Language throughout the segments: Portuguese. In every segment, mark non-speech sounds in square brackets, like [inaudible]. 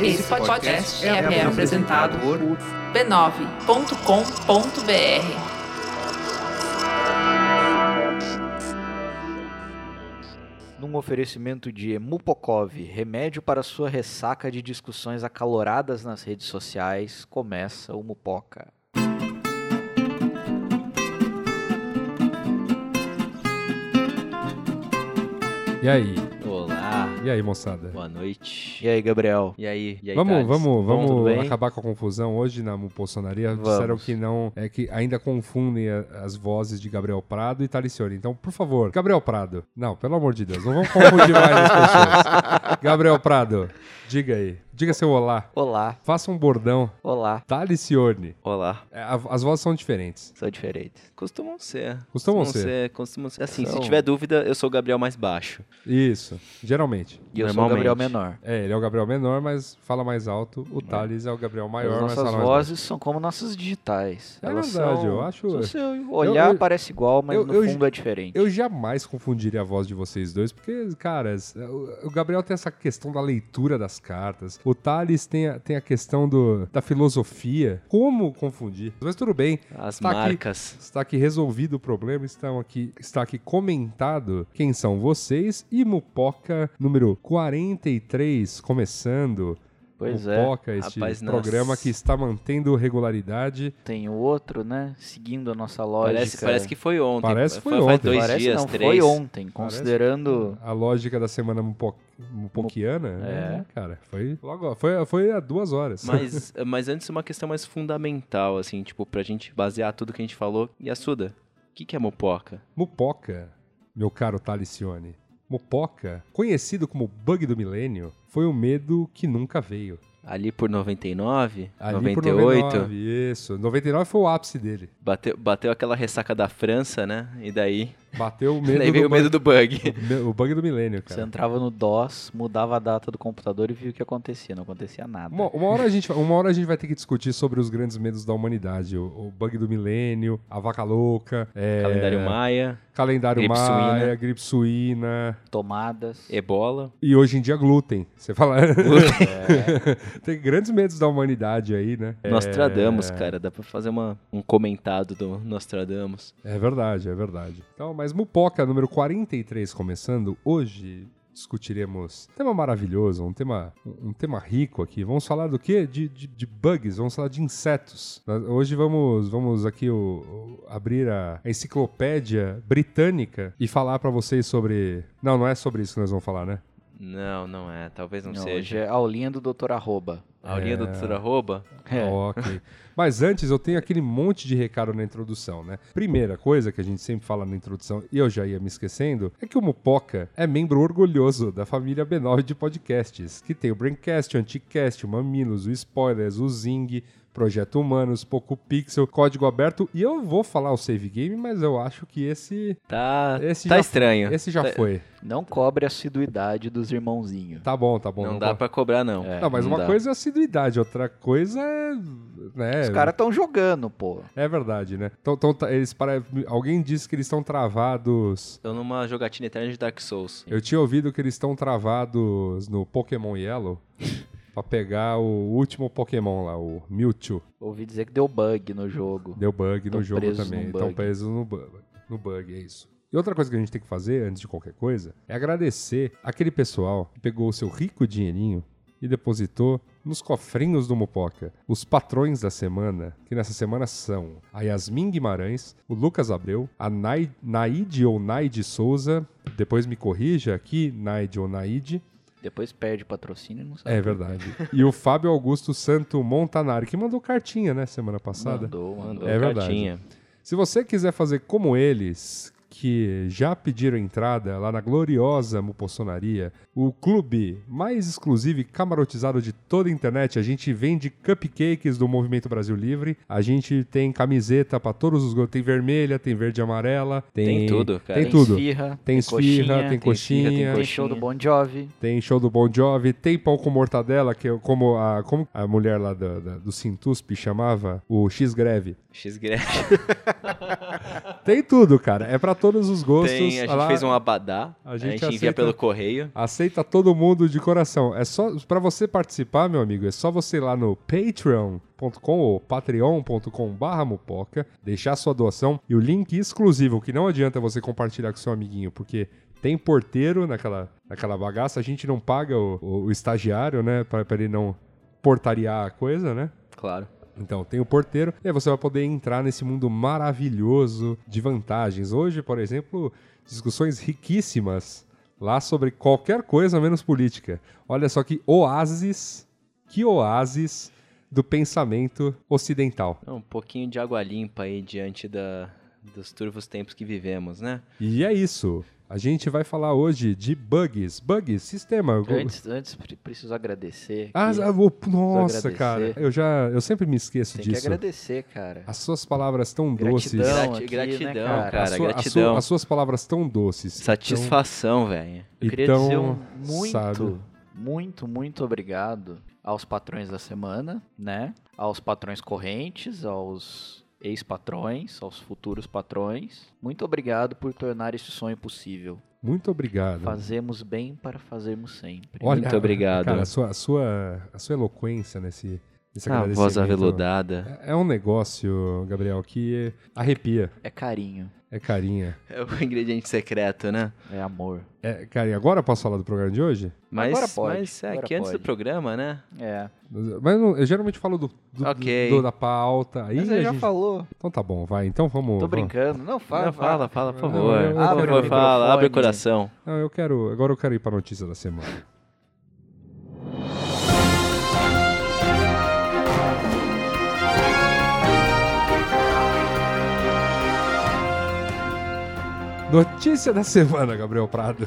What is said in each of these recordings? Esse podcast é apresentado por b9.com.br. num oferecimento de Emupocov, remédio para sua ressaca de discussões acaloradas nas redes sociais, começa o Mupoca. E aí? Olá, E aí, moçada? boa noite. E aí, Gabriel? E aí? E aí Vamos, Thales? vamos, Bom, tudo vamos bem? acabar com a confusão hoje na Bolsonaria. Vamos. Disseram que não, é que ainda confundem a- as vozes de Gabriel Prado e Talicione. Então, por favor, Gabriel Prado. Não, pelo amor de Deus, não vamos confundir mais as [laughs] pessoas. Gabriel Prado, diga aí. Diga seu olá. Olá, Faça um bordão. olá. Talicione. Olá. É, a- As vozes são diferentes. Sou diferente. Costumam ser. Costumam ser. Costumam ser. Assim, São. se tiver dúvida, eu sou o Gabriel mais baixo. Isso, geralmente. E eu sou o Normalmente. Gabriel Menor. É, ele é o Gabriel menor, mas fala mais alto. O Thales é o Gabriel maior, As mas nossas fala mais baixo. vozes são como nossas digitais. É Elas verdade, são... eu acho- Se você olhar, Eu- eu- parece igual, mas eu- no eu- fundo é diferente. Eu jamais confundiria a voz de vocês dois, porque, cara, o- o Gabriel tem essa questão da leitura das cartas, o Thales tem a, tem a questão do, da filosofia. Como confundir? Mas tudo bem, As Tá aqui. marcas. está aqui resolvido o problema, estão aqui, está aqui comentado quem são vocês e Mupoca número 43, começando. Pois é. Mupoca, este Rapaz, nossa. programa que está mantendo regularidade. Tem o outro, né? Seguindo a nossa lógica. Parece, parece que foi ontem. é. Parece que foi Faz ontem. dois Parece dias, não, três. foi ontem, considerando... A lógica da semana mupo- mupoquiana, né, cara, foi logo, foi, foi há duas horas. [laughs] É. Mas, mas antes, uma questão mais fundamental, assim, tipo, pra gente basear tudo que a gente falou. E a Suda, o que, que é mopoca? [laughs] Mupoca, meu caro Talicione. Mupoca, conhecido como bug do milênio, foi o medo que nunca veio. Ali por 99, Ali 98, por 99, isso. 99 foi o ápice dele. Bateu, bateu aquela ressaca da França, né? E daí, [laughs] Bateu o medo daí veio do o medo do bug. bug, o bug do milênio, Você cara. entrava no DOS, mudava a data do computador e via o que acontecia. Não acontecia nada. Uma, uma hora a gente, uma hora a gente vai ter que discutir sobre os grandes medos da humanidade. O, o bug do milênio, a vaca louca, é, Calendário Maia, calendário Gripe maia, suína. gripe suína. Tomadas. [laughs] Ebola. E hoje em dia glúten. [laughs] Você fala. É, Tem grandes medos da humanidade aí, né? Nostradamus, cara. Dá pra fazer uma, um comentado do Nostradamus. É verdade, é verdade. Então, mas Mupoca número 43 começando hoje. Discutiremos um tema maravilhoso, um tema, um tema rico aqui. Vamos falar do quê? De, de, de bugs, vamos falar de insetos. Nós- Hoje vamos, vamos aqui o- o- abrir a, a enciclopédia britânica e falar pra vocês sobre. Não, não é sobre isso que nós vamos falar, né? Não, não é. Talvez não, não, hoje seja. é aulinha do Dr. [laughs] Arroba. A aulinha do doutor Arroba? É. Ok. Mas antes eu tenho aquele monte de recado na introdução, né? Primeira coisa que a gente sempre fala na introdução, e eu já ia me esquecendo, é que o Mupoca é membro orgulhoso da família B9 de podcasts, que tem o Braincast, o Anticast, o Mamilos, o Spoilers, o Zing, Projeto Humanos, Poco Pixel, Código Aberto, e eu vou falar o Save Game, mas eu acho que esse, Tá, Esse tá já- estranho. esse já Tá- foi. Não cobre a assiduidade dos irmãozinhos. Tá bom, tá bom. Não dá pra cobrar, não. É, Não, mas uma dá. coisa é assiduidade, outra coisa é... Né, Os caras estão jogando, pô. É verdade, né? Então, então tá- eles para... alguém disse que eles estão travados. Tô numa jogatina eterna de Dark Souls. Eu tinha ouvido que eles estão travados no Pokémon Yellow [laughs] pra pegar o último Pokémon lá, o Mewtwo. Ouvi dizer que deu bug no jogo. Deu bug Tão no jogo presos também. Tipo, num Estão bug. presos no bug. No bug, é isso. E outra coisa que a gente tem que fazer, antes de qualquer coisa, é agradecer aquele pessoal que pegou o seu rico dinheirinho e depositou nos cofrinhos do Mupoca. Os patrões da semana, que nessa semana são a Yasmin Guimarães, o Lucas Abreu, a Nai- Naide ou Naide Souza, depois me corrija aqui, Naide ou Naide, Depois perde patrocínio e não sabe. é verdade. e o Fábio Augusto Santo Montanari, que mandou cartinha, né, semana passada. Mandou, mandou. Mandou É verdade. cartinha. Se você quiser fazer como eles, que já pediram entrada lá na gloriosa Mupossonaria, o clube mais exclusivo e camarotizado de toda a internet. A gente vende cupcakes do Movimento Brasil Livre, a gente tem camiseta pra todos os gostos. Tem vermelha, tem verde e amarela, tem, Tem tudo, cara. Tem tudo. esfirra, Tem esfirra, tem esfirra, tem coxinha, tem show do Bon Jovi. tem show do Bon Jovi, tem pão com mortadela, que eu- como a, como a mulher lá da- da- do Sintuspe chamava, o X-Greve. X greve. Tem tudo, cara. É pra todos os gostos. Tem, a Olha gente lá, fez um abadá, a a gente, gente aceita- envia pelo correio. Aceita todo mundo de coração. É só para você participar, meu amigo, é só você ir lá no patreon.com ou patreon.com/barra mupoca, deixar sua doação e o link exclusivo, que não adianta você compartilhar com seu amiguinho, porque tem porteiro naquela, naquela bagaça, a gente não paga o, o- o estagiário, né, para ele não portariar a coisa, né? Claro. Então, tem o porteiro, e aí você vai poder entrar nesse mundo maravilhoso de vantagens. Hoje, por exemplo, discussões riquíssimas lá sobre qualquer coisa menos política. Olha só que oásis, que oásis do pensamento ocidental. Um pouquinho de água limpa aí diante da, dos turvos tempos que vivemos, né? E é isso. A gente vai falar hoje de bugs. Bugs, sistema. Antes, antes pre- preciso agradecer. Ah, que- ah, vou- nossa, agradecer. cara. Eu já, eu sempre me esqueço tem que disso. agradecer, cara. As suas palavras tão doces. Gratidão Grati- aqui, gratidão, né, cara. cara? A sua- a sua- gratidão. as suas palavras tão doces. Tão- Satisfação, velho. Eu queria Então, dizer um muito, sabe. muito, muito obrigado aos patrões da semana, né? Aos patrões correntes, aos ex-patrões, aos futuros patrões. Muito obrigado por tornar esse sonho possível. Muito obrigado. Fazemos bem para fazermos sempre. Olha, Muito obrigado. Cara, a sua, a sua, a sua eloquência nesse, nesse Ah, A agradecimento. Ah, voz aveludada. É é um negócio, Gabriel, que arrepia. É carinho, É carinha. É o ingrediente secreto, né? é amor. É, cara, e agora eu posso falar do programa de hoje? Mas, Agora pode, mas é agora que antes do pode. programa, né? É. Mas não- eu geralmente falo do, do- Ok. do- da pauta. Aí Mas ele a já gente- falou. Então tá bom, vai. Então vamos. Tô vamos. brincando. Não, fala. Não, fala, fala, por favor. eu- abre o Por favor, fala, microfone. abre o coração. Não, eu quero. Agora eu quero ir pra notícia da semana. Notícia da semana, Gabriel Prado.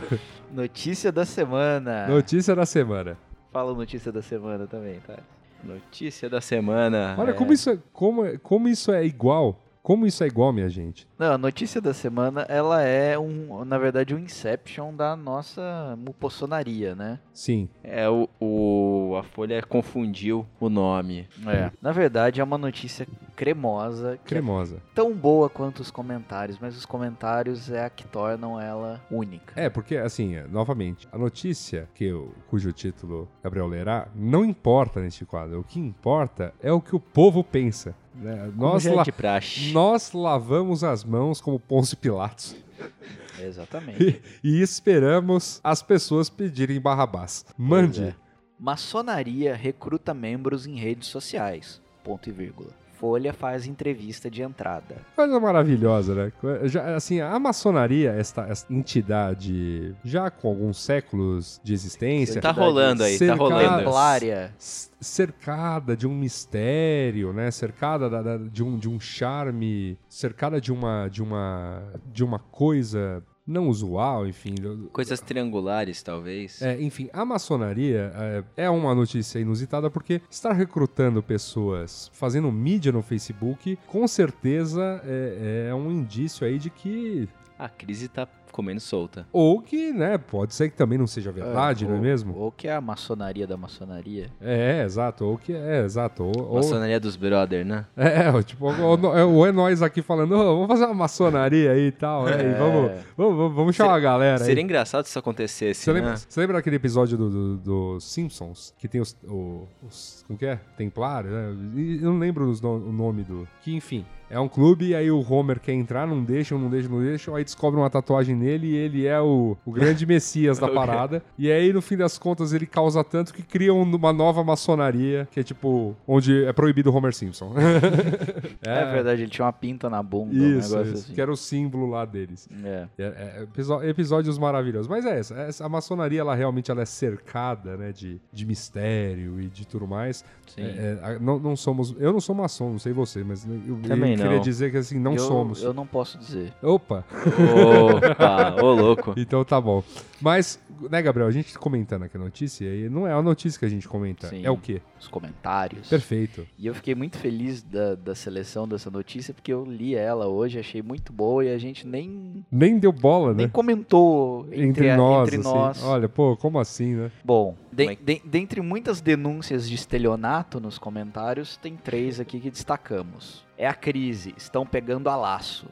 Notícia da semana. Notícia da semana. Fala notícia da semana também, tá? Notícia da semana. Olha como isso é, como, é- como isso é igual. Como isso é igual, minha gente. Não, a notícia da semana, ela é, um, na verdade, um inception da nossa mupossonaria, né? Sim. É, o, o- a Folha confundiu o nome. É. Na verdade, é uma notícia cremosa, que Cremosa. é tão boa quanto os comentários, mas os comentários é a que tornam ela única. É, porque, assim, é, novamente, a notícia que eu, cujo título Gabriel lerá não importa neste quadro. O que importa é o que o povo pensa. né? Como Nós, já é la- de praxe. nós lavamos as mãos como Pôncio Pilatos [laughs] É. Exatamente. e, e esperamos as pessoas pedirem Barrabás. Mande. é. Maçonaria recruta membros em redes sociais. Ponto e vírgula. Folha faz entrevista de entrada. Coisa maravilhosa, né? Co- Já, assim, a maçonaria, esta, esta entidade já com alguns séculos de existência, Tá rolando aí, tá Cercado. rolando. Templária. s- cercada de um mistério, né? Cercada da- da- de, um, de um charme, cercada de uma de uma de uma coisa não usual, enfim. do- Coisas triangulares, talvez. é, enfim, a maçonaria é, é uma notícia inusitada porque estar recrutando pessoas, fazendo mídia no Facebook, com certeza é, é um indício aí de que A crise tá comendo solta. ou que, né? Pode ser que também não seja verdade, É, não é ou- mesmo? Ou que é a maçonaria da maçonaria. É, é, exato. Ou que é, exato. Ou, ou- Maçonaria dos brother, né? É, o tipo, o, o, o é nós aqui falando, "Ô, vamos fazer uma maçonaria aí e tal, né? E vamos, vamos, vamos- vamos chamar a galera É. Seria aí. engraçado se isso acontecesse, Você né? lembra, você lembra aquele episódio do, do- do Simpsons? Que tem os. o- os- como que é? Templários? né? E Eu não lembro os no- o nome do. Que, enfim, é um clube, aí o Homer quer entrar, não deixa, não deixa, não deixa, aí descobre uma tatuagem nele e ele é o, o grande messias [laughs] da parada. E aí, no fim das contas, ele causa tanto que criam uma nova maçonaria, que é tipo, onde é proibido o Homer Simpson. [laughs] É, verdade, ele tinha uma pinta na bunda, isso, um negócio isso assim. que era o símbolo lá deles. É. É, é, episo- episódios maravilhosos. Mas é essa, essa- A maçonaria, ela realmente ela é cercada, né? De, de mistério e de tudo mais. Sim. É, é, a- não, não somos... Eu não sou maçom, não sei você, mas eu- eu, Também queria não. dizer que assim, não eu, somos. Eu não posso dizer. Opa! Opa, ô louco. Então tá bom. Mas, né, Gabriel, a gente comentando aqui a notícia, e não é a notícia que a gente comenta, Sim. é o quê? Os comentários. Perfeito. E eu fiquei muito feliz da, da seleção dessa notícia, porque eu li ela hoje, achei muito boa e a gente nem, Nem deu bola, nem né? comentou entre, a- nós, entre assim. nós. Olha, pô, como assim, né? Bom, de- Como é que- de- dentre muitas denúncias de estelionato nos comentários, tem três aqui que destacamos. É a crise, estão pegando a laço.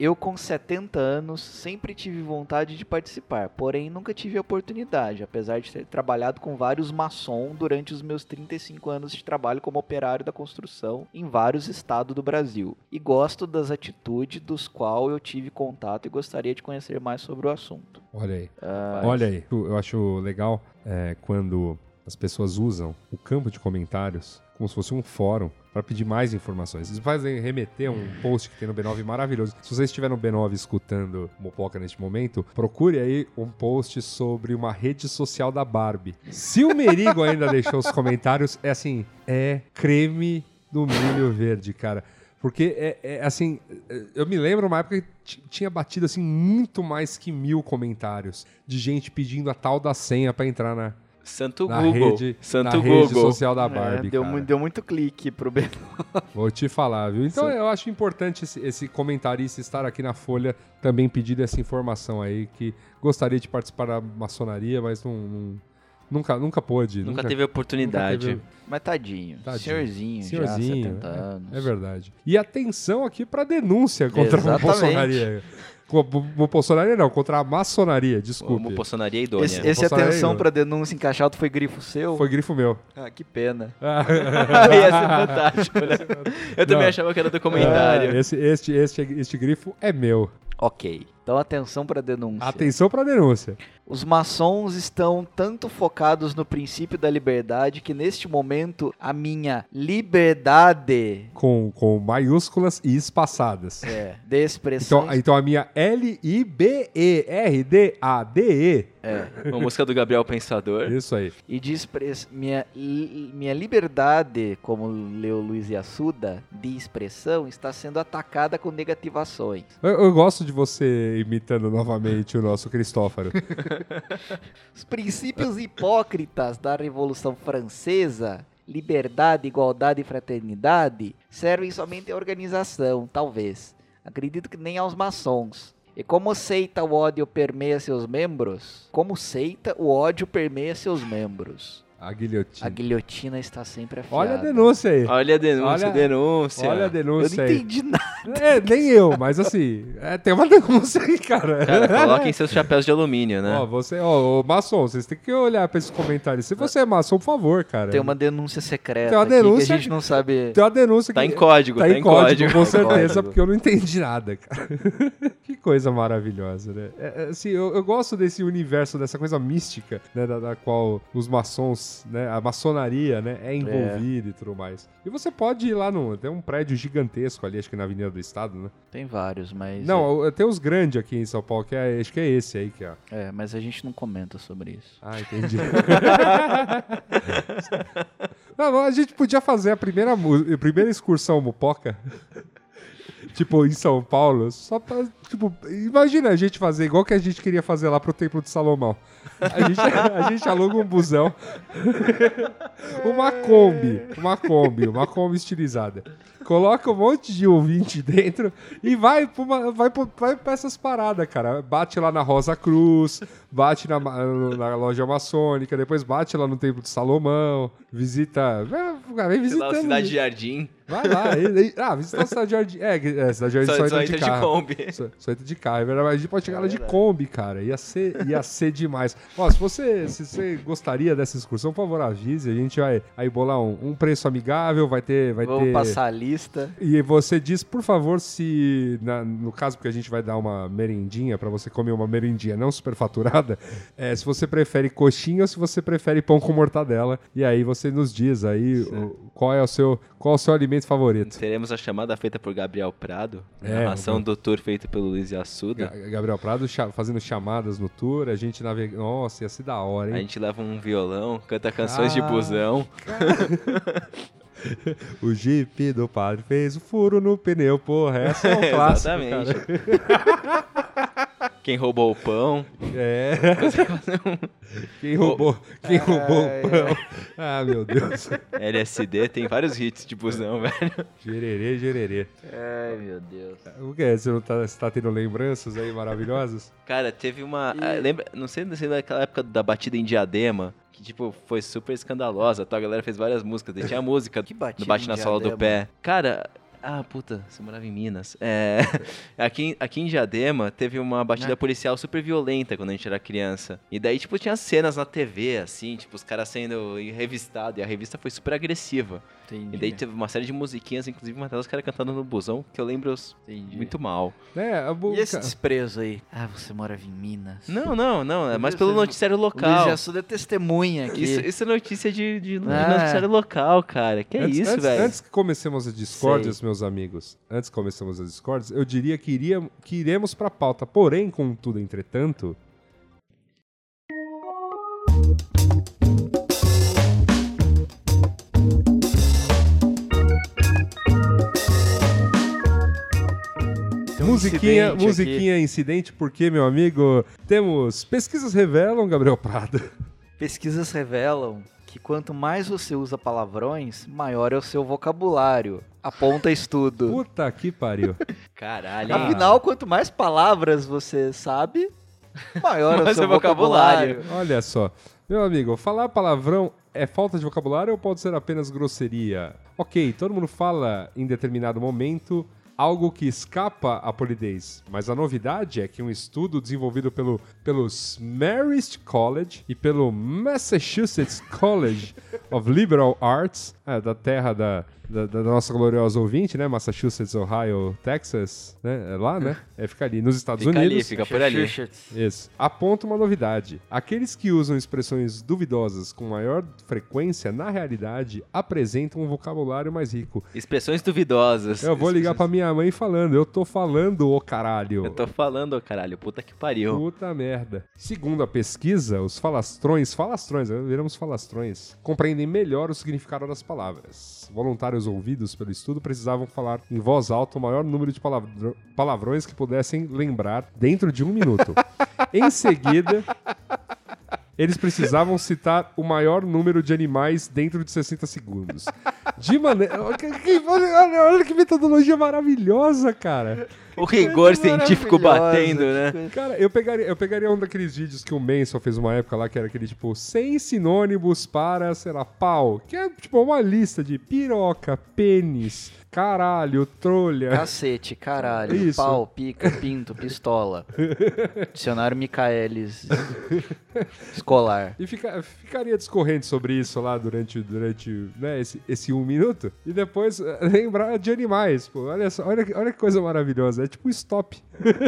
Eu, com 70 anos, sempre tive vontade de participar, porém nunca tive a oportunidade, apesar de ter trabalhado com vários maçom durante os meus 35 anos de trabalho como operário da construção em vários estados do Brasil. E gosto das atitudes dos qual eu tive contato e gostaria de conhecer mais sobre o assunto. Olha aí. Olha aí. Eu eu acho legal é, quando as pessoas usam o campo de comentários como se fosse um fórum para pedir mais informações. Isso faz remeter a um post que tem no B9 maravilhoso. Se vocês estiver no B9 escutando Mopoca neste momento, procure aí um post sobre uma rede social da Barbie. Se o Merigo ainda deixou os comentários, é assim, é creme do milho verde, cara. Porque é, é, assim, é, eu me lembro uma época que ti- tinha batido assim muito mais que mil comentários de gente pedindo a tal da senha pra entrar [laughs] na, Santo na Google. rede, Santo na Google. rede social da É, Tá, Barbie. deu, cara. mu- deu muito clique pro B9. Vou te falar, viu? Então Sim. eu acho importante esse, esse comentarista estar aqui na Folha também pedindo essa informação aí, que gostaria de participar da maçonaria, mas não, não- nunca, nunca pôde. Nunca, teve oportunidade. nunca Mas tadinho, Tadinho. senhorzinho, Senhorzinho, já 70 anos. É verdade. E atenção aqui pra denúncia contra Exatamente. a bolsonaria. Com a bo- bo- Bolsonaria não, contra a maçonaria, desculpe. Como poçonaria idônea. Esse, esse Bolsonaro atenção aí, pra denúncia encaixado foi grifo seu? [laughs] Foi grifo meu. Ah, que pena. Ia é ser [laughs] fantástico, né? Eu também Não. achava que era do comentário. É, esse, este, este, este grifo é meu. Ok. Então atenção pra denúncia. Atenção pra denúncia. Os maçons estão tanto focados no princípio da liberdade que neste momento a minha liberdade Com, com maiúsculas e espaçadas. é, de expressão Então, então a minha L-I-B-E-R-D-A-D-E. Ah, é. Uma música do Gabriel Pensador. Isso aí. e de express... minha, li- minha liberdade, como leu Luiz Assuda, de expressão está sendo atacada com negativações. Eu, eu gosto de você imitando novamente o nosso Cristófaro. Os princípios hipócritas da Revolução Francesa, liberdade, igualdade e fraternidade, servem somente à organização, talvez. Acredito que nem aos maçons. E como seita o ódio permeia seus membros? Como seita o ódio permeia seus membros? A A guilhotina. guilhotina está sempre afiada. Olha a denúncia aí. Olha a denúncia, Olha- denúncia. Olha a Eu denúncia não aí. entendi nada. É, nem eu, mas assim, é, tem uma [laughs] denúncia aí, cara. [laughs] Cara, coloquem seus chapéus de alumínio, né? Ó, você, ó, ô, maçom, vocês têm que olhar pra esses comentários. Se você é maçom, por favor, cara. Tem É uma denúncia secreta Tem uma aqui que denúncia- a gente não sabe. Tem uma denúncia Tá que em código, tá, tá em [laughs] código, com Tá em certeza, código. porque eu não entendi nada, cara. [laughs] que coisa maravilhosa, né? É, é, assim, eu, eu gosto desse universo, dessa coisa mística, né, da, da qual os maçons, né, a maçonaria, né, é envolvida e tudo mais. E você pode ir lá no, tem um prédio gigantesco ali, acho que na Avenida do Estado, né? Tem vários, mas. Não, tem os grandes aqui em São Paulo, que é, acho que é esse aí que é. É, mas a gente não comenta sobre isso. Ah, entendi. [laughs] não, não, a gente podia fazer a primeira, mu- a primeira excursão mupoca. Tipo, em São Paulo, só pra. Tipo, imagina a gente fazer igual que a gente queria fazer lá pro Templo de Salomão. A gente, a gente aluga um busão. [laughs] Uma Kombi. Uma Kombi. Uma Kombi estilizada. Coloca um monte de ouvinte dentro e vai pra, uma- vai pra, vai pra essas paradas, cara. Bate lá na Rosa Cruz, bate na, ma- na loja maçônica, depois bate lá no Templo de Salomão, visita. Vai, vai Sei lá, visitando. Cidade de Jardim. Vai lá. e- e- ah, visita a Cidade de Jardim. É, que- é, Cidade de Jardim só, Só, só entra de entra de carro. Kombi. [laughs] Só, Só entra de carro, é verdade. Mas a gente pode chegar lá de verdade. Kombi, cara. Ia ser, ia ser demais. Ó, se você, se você gostaria dessa excursão, por favor, avise. A gente vai aí bolar um, um preço amigável, vai ter. Vai Vamos ter... passar a lista. E você diz, por favor, se na- no caso porque a gente vai dar uma merendinha pra você comer uma merendinha não superfaturada, [laughs] é, se você prefere coxinha ou se você prefere pão com mortadela. E aí você nos diz aí o- qual é o seu qual é o seu alimento favorito. Teremos a chamada feita por Gabriel Prado, a É, narração o- do tour feito pelo Luiz Assuda. Ga- Gabriel Prado cha- fazendo chamadas no tour, a gente navega. Nossa, ia ser da hora, A hein? gente leva um violão, canta canções Ah. de busão. O Jeep do padre fez o furo no pneu, porra. Essa [laughs] é um clássico. Exatamente. cara. [laughs] Quem roubou o pão. É. Quem roubou, quem roubou o pão? Ah, meu Deus. LSD tem vários hits de busão, [laughs] velho. Gererê, gererê. Ai, meu Deus. O que é? Você, não tá, você tá tendo lembranças aí [laughs] maravilhosas? Cara, teve uma. ah, Lembra? Não sei, não sei daquela época da batida em diadema. Que, tipo, foi super escandalosa. Tá? A galera fez várias músicas. E Tinha a música Que batida do Bate em na Sola do Diadema? Pé. Cara. Ah, puta, você morava em Minas. É. [laughs] Aqui, em- aqui em Diadema teve uma Ah. batida policial super violenta quando a gente era criança. E daí, tipo, tinha cenas na TV, assim, tipo, os caras sendo revistados. E a revista foi super agressiva. Entendi. E daí tipo, teve uma série de musiquinhas, inclusive uma delas que era cantando no busão, que eu lembro s- Entendi. muito mal. É, a bu- E esse cara, desprezo aí? Ah, você morava em Minas. Não, não, não, é Mas mais pelo vocês não- noticiário O Luiz local. de Assuda é testemunha aqui. Isso, isso é notícia de, de de Ah. noticiário local, cara. Que é É. antes, isso, antes- velho? Antes que comecemos as discórdias, meus amigos, antes que comecemos as discórdias, eu diria que, iria, que iremos pra pauta. Porém, contudo, entretanto. um musiquinha, incidente musiquinha incidente, porque, meu amigo, temos pesquisas revelam, Gabriel Prado. [laughs] Pesquisas revelam que quanto mais você usa palavrões, maior é o seu vocabulário. Aponta estudo. Puta que pariu. Caralho. Ah. hein? Afinal, quanto mais palavras você sabe, maior é o Mais seu é vocabulário. vocabulário. Olha só. Meu amigo, falar palavrão é falta de vocabulário ou pode ser apenas grosseria? Ok, todo mundo fala em determinado momento algo que escapa à polidez, mas a novidade é que um estudo desenvolvido pelo, pelo Marist College e pelo Massachusetts College of Liberal Arts, é, da terra da, da, da nossa gloriosa ouvinte, né? Massachusetts, Ohio, Texas, né? É lá, né? É ficar ali nos Estados Fica Unidos. ali, fica por ali. Isso. Aponta uma novidade. Aqueles que usam expressões duvidosas com maior frequência, na realidade, apresentam um vocabulário mais rico. Expressões duvidosas. Eu vou ligar pra minha mãe falando, eu tô falando, ô caralho. Eu tô falando, ô caralho. Puta que pariu. Puta merda. Segundo a pesquisa, os falastrões, falastrões, eh, viramos falastrões, compreendem melhor o significado das palavras. Voluntários ouvidos pelo estudo precisavam falar em voz alta o maior número de palavro- palavrões que pudessem lembrar dentro de um minuto. em seguida, eles precisavam citar o maior número de animais dentro de 60 segundos. De [laughs] maneira. Olha olha que metodologia maravilhosa, cara. O rigor científico batendo, né? Cara, eu pegaria, eu pegaria um daqueles vídeos que o Manson fez uma época lá, que era aquele tipo, 100 sinônimos para, sei lá, pau. Que é tipo uma lista de piroca, pênis, caralho, trolha. Cacete, caralho, É Isso. pau, pica, pinto, pistola. Dicionário Michaelis escolar. E fica- ficaria discorrente sobre isso lá durante, durante né, esse, esse um minuto. E depois eh, lembrar de animais, pô. Olha, só, olha, que- olha que coisa maravilhosa. É tipo stop.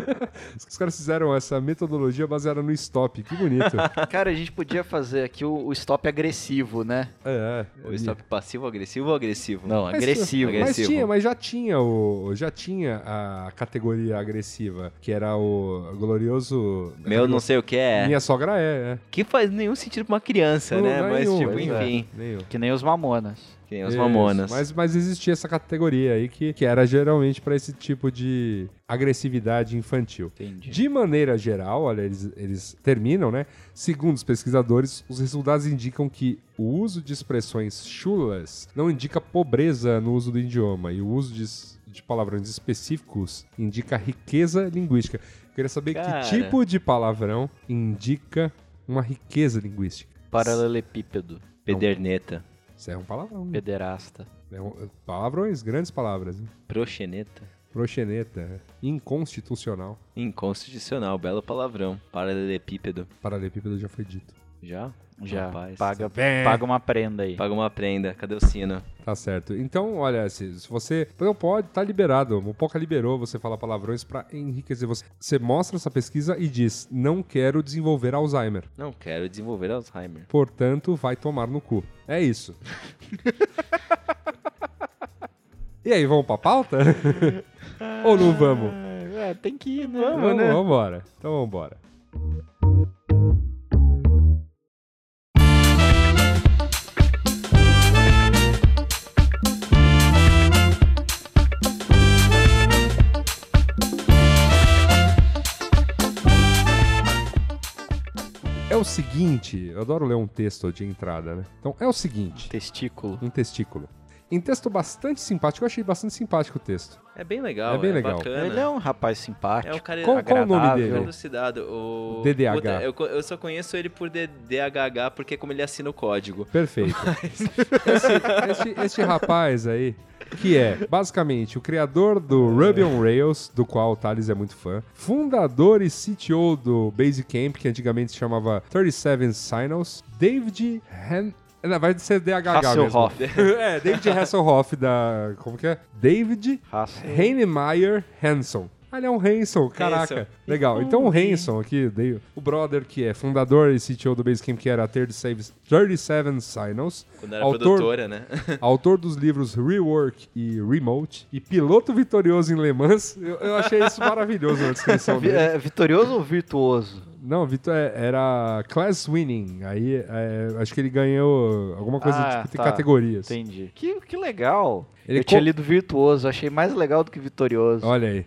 [laughs] Os caras fizeram essa metodologia baseada no stop. Que bonito. Cara, a gente podia fazer aqui o, o stop agressivo, né? é, é. O stop Uhum. passivo, agressivo ou agressivo? Não, Mas- agressivo. Mas, agressivo. tinha, mas já tinha o, já tinha a categoria agressiva, que era o glorioso. Meu não sei o que é. Minha sogra é, Que faz nenhum sentido pra uma criança, Não, né? não é Mas, nenhum, tipo, pois é. enfim. é. Nenhum. Que nem os mamonas. Tem os Isso, mamonas. Mas, mas existia essa categoria aí que, que era geralmente pra esse tipo de agressividade infantil. Entendi. De maneira geral, olha, eles, eles terminam, né? Segundo os pesquisadores, os resultados indicam que o uso de expressões chulas não indica pobreza no uso do idioma e o uso de, s- de palavrões específicos indica riqueza linguística. Eu queria saber Cara. que tipo de palavrão indica uma riqueza linguística. Paralelepípedo, Pederneta. Isso é um palavrão. né? pederasta. É um- palavrões, grandes palavras. né? Proxeneta. Proxeneta. Inconstitucional. Inconstitucional, belo palavrão. Paralelepípedo. Paralelepípedo já foi dito. Já? Já. Rapaz, paga, Bem. um paga uma prenda aí. Paga uma prenda. Cadê o sino? Tá certo. Então, olha, se, se você. Não pode, tá liberado. O Mopoca liberou você falar palavrões pra enriquecer você. Você mostra essa pesquisa e diz: não quero desenvolver Alzheimer. Não quero desenvolver Alzheimer. Portanto, vai tomar no cu. É isso. e aí, vamos pra pauta? [laughs] Ou não vamos? É, tem que ir, né? Vamos, Vambora. Então vambora. É o seguinte, eu adoro ler um texto de entrada, né? Então é o seguinte, Testículo. um testículo. Em texto bastante simpático, eu achei bastante simpático o texto. É bem legal. É bem legal. Bacana. Ele é um rapaz É simpático. um cara Qual- qual o nome é agradável. dele? velocidade. O... DDH. Puta, eu, co- eu só conheço ele por DDHH porque é como ele assina o código. Perfeito. Esse, esse- este rapaz aí, que é basicamente o criador do Ruby on Rails, do qual o Thales é muito fã, fundador e CTO do Basecamp, que antigamente se chamava 37 Signals, David Han... Não, vai ser DHH Hasselhoff. mesmo. [laughs] é, David Hasselhoff da... Como que é? David Raça. Heinemeyer Hanson. Ah, ele é um Hanson, caraca. Hanson. Legal. Então o Hanson aqui, dei- o brother que é fundador e CTO do Basecamp, que era 37, 37 Signals, Quando era Autor- é. produtora, né? [laughs] autor dos livros Rework e Remote, e piloto vitorioso em Le Mans. Eu, eu achei isso maravilhoso na descrição Vi- dele. [laughs] é, vitorioso ou virtuoso? Não, Vitor é- era class winning. Aí é, acho que ele ganhou alguma coisa Ah, tipo de tá. categorias. Entendi. Que, que legal. Ele Eu tinha co- lido virtuoso, achei mais legal do que vitorioso. Olha aí.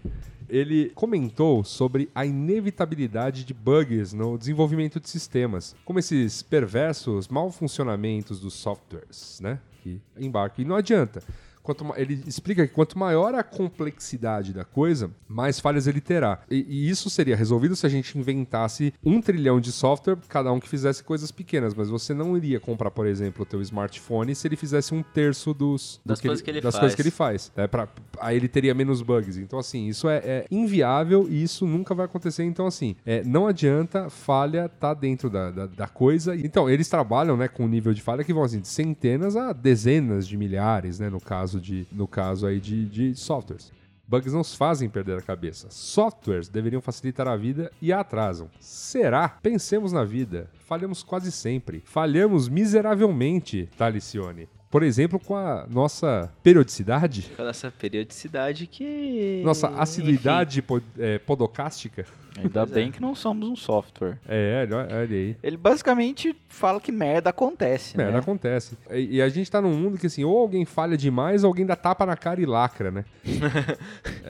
Ele comentou sobre a inevitabilidade de bugs no desenvolvimento de sistemas, como esses perversos mal funcionamentos dos softwares, né? Que embarcam. E não adianta. Quanto ma- ele explica que quanto maior a complexidade da coisa, mais falhas ele terá. E, e isso seria resolvido se a gente inventasse um trilhão de software, cada um que fizesse coisas pequenas. Mas você não iria comprar, por exemplo, o teu smartphone se ele fizesse um terço dos, do Das coisas que ele das coisas que ele faz. faz. É, pra, aí ele teria menos bugs. Então, assim, isso é, é inviável e isso nunca vai acontecer. Então, assim, é, não adianta, falha tá dentro da, da, da coisa. Então, eles trabalham né, com um nível de falha que vão assim, de centenas a dezenas de milhares, né? No caso, de, no caso aí de, de softwares. Bugs não se fazem perder a cabeça. Softwares deveriam facilitar a vida e a atrasam. Será? Pensemos na vida. Falhamos quase sempre. Falhamos miseravelmente, Talicione. Por exemplo, com a nossa periodicidade, Com essa periodicidade que. nossa assiduidade pod- é, podocástica. Ainda bem que não somos um software. É, olha olha aí. Ele basicamente fala que merda acontece, Merda né? acontece. E, e a gente tá num mundo que assim, ou alguém falha demais, ou alguém dá tapa na cara e lacra, né? É,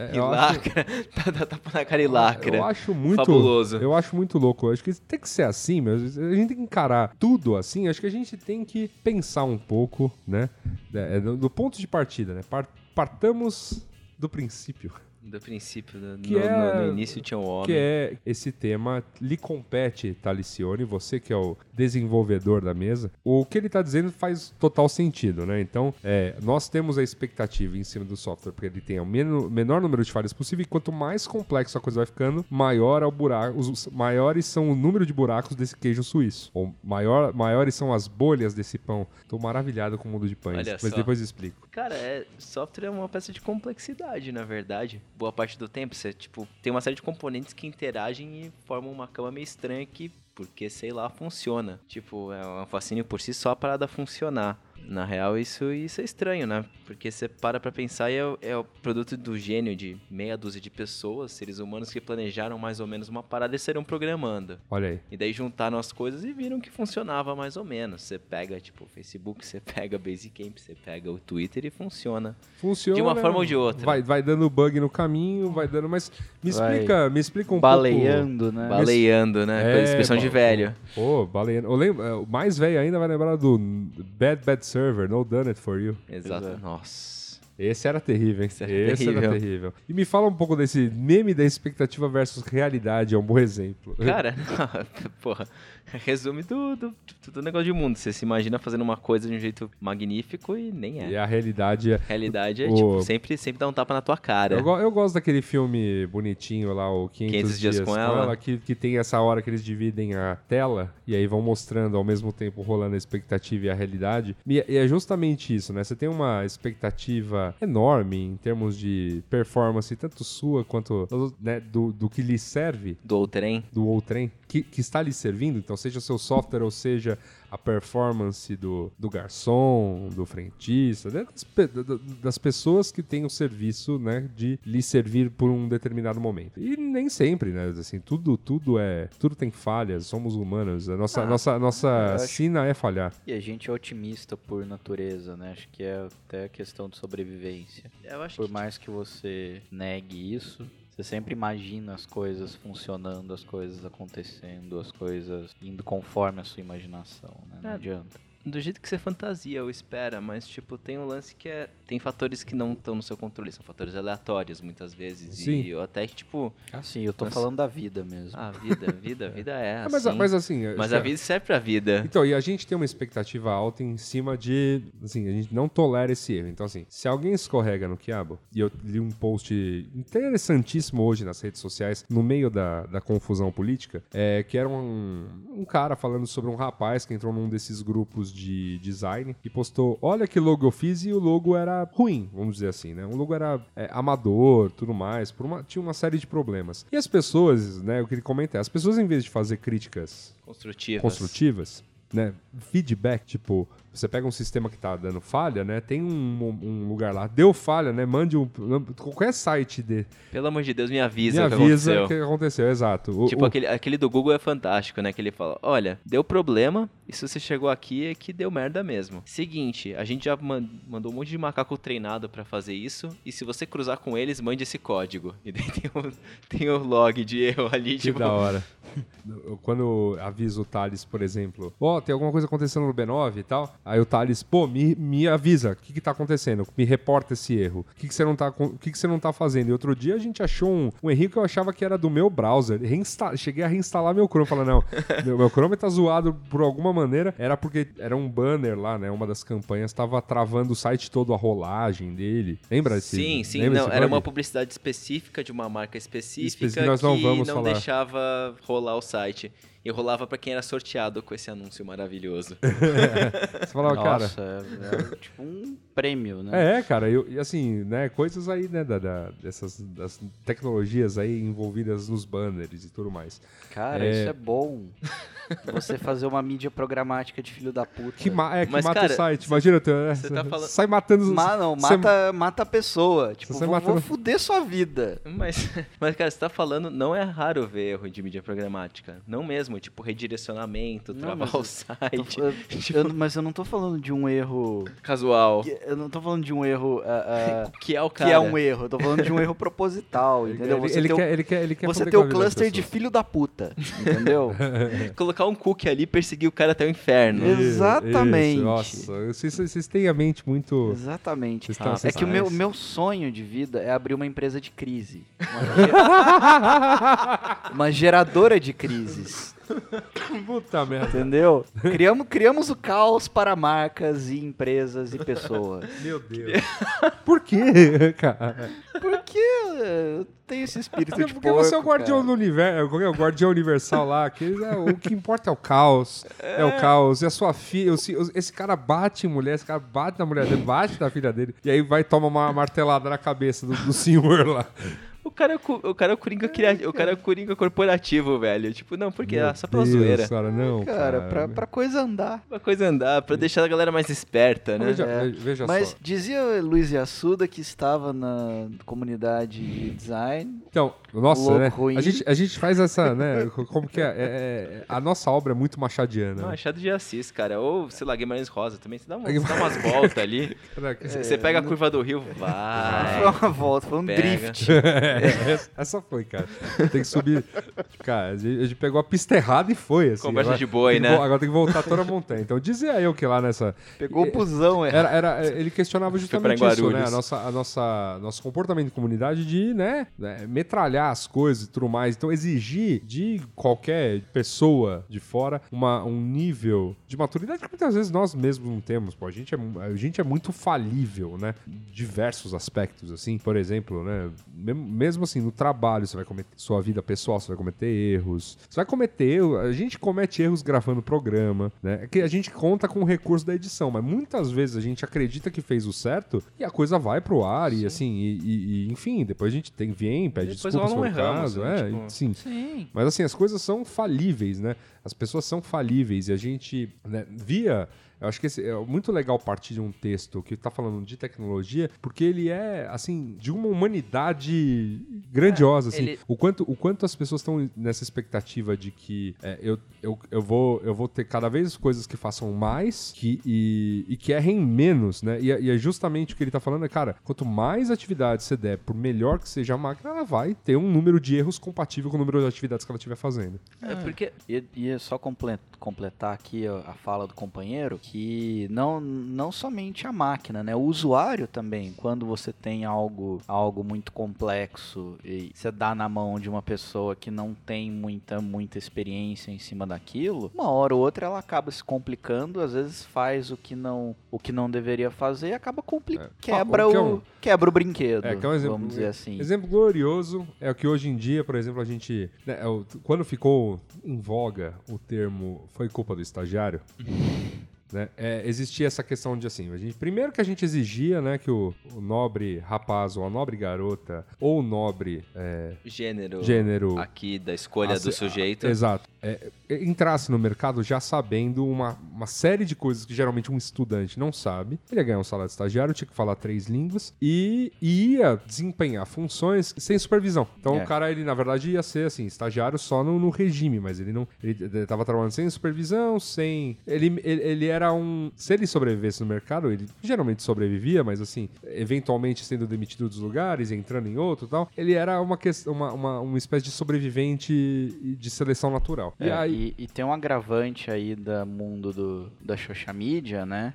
Enfim. E eu acho- Ah, lacra. [laughs] Tá, tá, tapa na cara e lacra. Eu acho muito. Fabuloso. Eu acho muito louco. Eu acho que tem que ser assim, meu. A gente tem que encarar tudo assim. Acho que a gente tem que pensar um pouco, né? É, do, do ponto de partida, né? Par- Partamos do princípio, Do princípio, do- Que no, é- no- no início tinha um homem. que é esse tema lhe compete, Talicione, você que é o desenvolvedor da mesa. O que ele tá dizendo faz total sentido, né? Então, é, nós temos a expectativa em cima do software porque ele tenha o meno- menor número de falhas possível e quanto mais complexo a coisa vai ficando, maior é o buraco, os- os maiores são o número de buracos desse queijo suíço, ou maior, maiores são as bolhas desse pão. Tô maravilhado com o mundo de pães, Olha mas só. depois eu explico. Cara, é- software é uma peça de complexidade, na verdade. Boa parte do tempo, você, tipo, tem uma série de componentes que interagem e formam uma cama meio estranha que, porque, sei lá, funciona. Tipo, é um fascínio por si só a parada funcionar. Na real, isso, isso é estranho, né? Porque você para pra pensar e é, o- é o produto do gênio de meia dúzia de pessoas, seres humanos que planejaram mais ou menos uma parada e saíram programando. Olha aí. E daí juntaram as coisas e viram que funcionava mais ou menos. Você pega, tipo, o Facebook, você pega o Basecamp, você pega o Twitter e funciona. Funciona. De uma forma ou de outra. Vai, vai dando bug no caminho, vai dando. Mas me Vai explica, me explica um pouco. Baleando, né? Baleando, né? É, Coisa- expressão de ba- velho. Pô, baleando. Eu lembro, é, o mais velho ainda vai lembrar do Bad Bad Server, No Done It For You. Exato. é. Exato. Nossa. Esse era terrível, hein? Esse era Esse terrível. era terrível. E me fala um pouco desse meme da expectativa versus realidade, é um bom exemplo. Cara, [laughs] porra. Resume do, do, do negócio de mundo. Você se imagina fazendo uma coisa de um jeito magnífico e nem [laughs] é. E a realidade é. A realidade é, O- tipo, sempre, sempre dá um tapa na tua cara. Eu, go- eu gosto daquele filme bonitinho lá, o 500, 500 dias com ela. que, que tem essa hora que eles dividem a tela e aí vão mostrando ao mesmo tempo rolando a expectativa e a realidade. E, e é justamente isso, né? Você tem uma expectativa enorme em termos de performance, tanto sua quanto né, do, do que lhe serve Do outrem. do outrem que, que está lhe servindo, então seja o seu software ou seja a performance do, do garçom, do frentista, né, das, pe- da- da- das pessoas que têm o serviço né, de lhe servir por um determinado momento. E nem sempre, né? Assim, tudo, tudo é. Tudo tem falhas, somos humanos. A Ah. nossa, nossa, eu nossa acho- sina é falhar. E a gente é otimista por natureza, né? Acho que é até questão de sobrevivência. Eu acho Por mais que você negue isso, você sempre imagina as coisas funcionando, as coisas acontecendo, as coisas indo conforme a sua imaginação, né? Não É. adianta. Do jeito que você fantasia ou espera, mas, tipo, tem um lance que é. Tem fatores que não estão no seu controle, são fatores aleatórios muitas vezes. Sim. E eu até que, tipo, Ah, Assim, eu tô Nossa. falando da vida mesmo. a vida, a [laughs] vida, a vida é. Ah, Assim. mas, a- mas assim. Mas acho a que- vida serve pra vida. Então, e a gente tem uma expectativa alta em cima de. Assim, a gente não tolera esse erro. Então, assim, se alguém escorrega no quiabo, e eu li um post interessantíssimo hoje nas redes sociais, no meio da, da confusão política, é, que era um, um cara falando sobre um rapaz que entrou num desses grupos de design e postou: Olha que logo eu fiz, e o logo era ruim, vamos dizer assim, né? O logo era é, amador, tudo mais, por uma- tinha uma série de problemas. E as pessoas, né? O que ele comenta é: as pessoas, em vez de fazer críticas Construtivas. construtivas, né? Feedback, tipo, você pega um sistema que tá dando falha, né? Tem um, um lugar lá, deu falha, né? Mande um. Qualquer site de, Pelo amor de Deus, me avisa me é o que avisa aconteceu. o que aconteceu, exato. O- Tipo, o- aquele, aquele do Google é fantástico, né? Que ele fala: olha, deu problema, e se você chegou aqui é que deu merda mesmo. Seguinte, a gente já man- mandou um monte de macaco treinado pra fazer isso, e se você cruzar com eles, mande esse código. [laughs] E daí tem o, tem o log de erro ali, Que tipo. da hora. [laughs] Eu- Quando eu aviso o Thales, por exemplo, ó, tem alguma coisa acontecendo no B9 e tal, aí o Thales, pô, me, me avisa, o que que tá acontecendo? Me reporta esse erro. O que que você não tá, com- o que que você não tá fazendo? E outro dia a gente achou um, um erro que eu achava que era do meu browser. Reinsta- Cheguei a reinstalar meu Chrome, falando, não, meu, meu Chrome tá zoado por alguma maneira. Era porque era um banner lá, né? Uma das campanhas tava travando o site todo, a rolagem dele. Lembra esse? Sim, sim, lembra não, esse era bug? uma publicidade específica de uma marca específica, Específica, nós não que vamos não falar. deixava rolar o site. E rolava pra quem era sorteado com esse anúncio maravilhoso. Você falava, cara. Nossa, é, é tipo um prêmio, né? É, cara, eu- e assim, né, coisas aí, né, da, da- dessas das tecnologias aí envolvidas nos banners e tudo mais. Cara, É. isso é bom. Você fazer uma mídia programática de filho da puta. Que, ma- é, que Mas, mata cara, o site, imagina, tu- é, você tá falando- sai matando... os- Ma- não, você- mata, mata a pessoa. Tipo, você vou, mata- vou fuder sua vida. Mas, [laughs] mas, cara, você tá falando, não é raro ver erro de mídia programática. Não mesmo, tipo redirecionamento, Não, travar mas o eu- site, Eu- tipo, [laughs] tipo- eu- eu- mas eu não tô falando de um erro. casual. que- Eu não tô falando de um erro. [laughs] ah, ah, Que é o cara. que é um erro. Eu tô falando de um erro proposital, Ele, entendeu? Você ele tem o- quer, ele quer, ele quer você foder tem com a o vida das cluster de pessoas. filho [laughs] da puta, entendeu? Colocar um cookie ali e perseguir o cara até o É. inferno. Isso, Exatamente. isso, nossa, vocês, vocês têm a mente muito... Exatamente. Vocês tão- Ah, é vocês que o tão- meu, meu sonho de vida é abrir uma empresa de crise. Uma geradora de crises. [laughs] Puta merda, Entendeu? Criamos, criamos o caos para marcas e empresas e pessoas. meu Deus. Por quê, [laughs] cara? Por que eh, eu tenho esse espírito de Porque você é o porco, guardião cara? do universo, qual que é o guardião universal lá, que é, o que importa é o caos, é, o caos, e a sua filha, esse, esse cara bate em mulher, esse cara bate na mulher dele, bate na filha dele, e aí vai tomar uma martelada na cabeça do, do senhor lá. O cara, é o cu- o cara é o coringa criativo, o cara é o coringa corporativo, velho. Tipo, não, porque É, ah, só pela Meu Deus, zoeira. Cara, não, cara, Cara, pra, pra coisa andar. Pra coisa andar, pra deixar a galera mais esperta, né? Veja, veja Mas só. dizia Luiz Assuda que estava na comunidade de design. Então, nossa, né? Louco, hein? A gente, a gente faz essa, né? Como que é? É- é- a nossa obra é muito machadiana. Não, né? Machado de Assis, cara. Ou, sei lá, Guimarães Rosa também. Você dá, uma, Guimarães- você dá [laughs] umas voltas ali. Caraca, É. Você pega a curva do rio, vai. Foi uma volta, foi um [laughs] Pega. [laughs] drift. Essa- É. É, Essa foi, cara. Tem que subir. Cara, a gente a gente pegou a pista errada e foi. Assim. Conversa Agora de boi, tem que né? vo- Agora tem que voltar toda a montanha. Então dizia eu que lá nessa. Pegou o busão, é. Era, era, ele questionava justamente pra isso, né? Guarulhos. A nossa, a nossa, nosso comportamento de comunidade de, né, né, metralhar as coisas e tudo mais. Então, exigir de qualquer pessoa de fora uma, um nível de maturidade que muitas vezes nós mesmos não temos. Pô, a, gente é, mu- a gente é muito falível, né? Em diversos aspectos, assim. Por exemplo, né? mem- Mesmo assim, no trabalho, você vai cometer sua vida pessoal, você vai cometer erros. Você vai cometer erro. A gente comete erros gravando programa, né? É que a gente conta com o recurso da edição, mas muitas vezes a gente acredita que fez o certo e a coisa vai pro ar e assim, e, e- e, enfim, depois a gente tem, vem, pede Depois desculpas rola um por erramos, caso. né? é, Tipo- e- sim. Sim. Mas assim, as coisas são falíveis, né? As pessoas são falíveis e a gente né, via. Eu acho que esse- é muito legal partir de um texto que está falando de tecnologia, porque ele é, assim, de uma humanidade grandiosa, assim. ele- O, quanto, o quanto as pessoas estão nessa expectativa de que é, eu, eu, eu, vou, eu vou ter cada vez coisas que façam mais que, e, e que errem menos, né? E, é- e é justamente o que ele tá falando, é, cara, quanto mais atividades você der, por melhor que seja a máquina, ela vai ter um número de erros compatível com o número de atividades que ela estiver fazendo. É porque E, e é só comple- completar aqui a, a fala do companheiro, que não, não somente a máquina, né? O usuário também, quando você tem algo, algo muito complexo e você dá na mão de uma pessoa que não tem muita, muita experiência em cima daquilo, uma hora ou outra ela acaba se complicando, às vezes faz o que não, o que não deveria fazer e acaba compli- quebra, Ah, o que é o, um- quebra o brinquedo, É, que é um exemplo- vamos dizer assim. Exemplo glorioso é o que hoje em dia, por exemplo, a gente. né, é o- quando ficou em voga o termo foi culpa do estagiário. né, é, existia essa questão de assim, a gente, primeiro que a gente exigia né, que o, o nobre rapaz ou a nobre garota ou o nobre eh, gênero gênero aqui da escolha Ace- do sujeito. Exato. É, entrasse no mercado já sabendo uma, uma série de coisas que geralmente um estudante não sabe. Ele ia ganhar um salário de estagiário, tinha que falar três línguas e ia desempenhar funções sem supervisão. Então É. o cara, ele na verdade ia ser assim, estagiário só no, no regime, mas ele não. Ele, ele tava trabalhando sem supervisão, sem. Ele, ele, ele era um. Se ele sobrevivesse no mercado, ele geralmente sobrevivia, mas assim, eventualmente sendo demitido dos lugares, entrando em outro e tal, ele era uma, ques- uma, uma, uma espécie de sobrevivente de seleção natural. É, E, e tem um agravante aí do mundo do, da social media, né?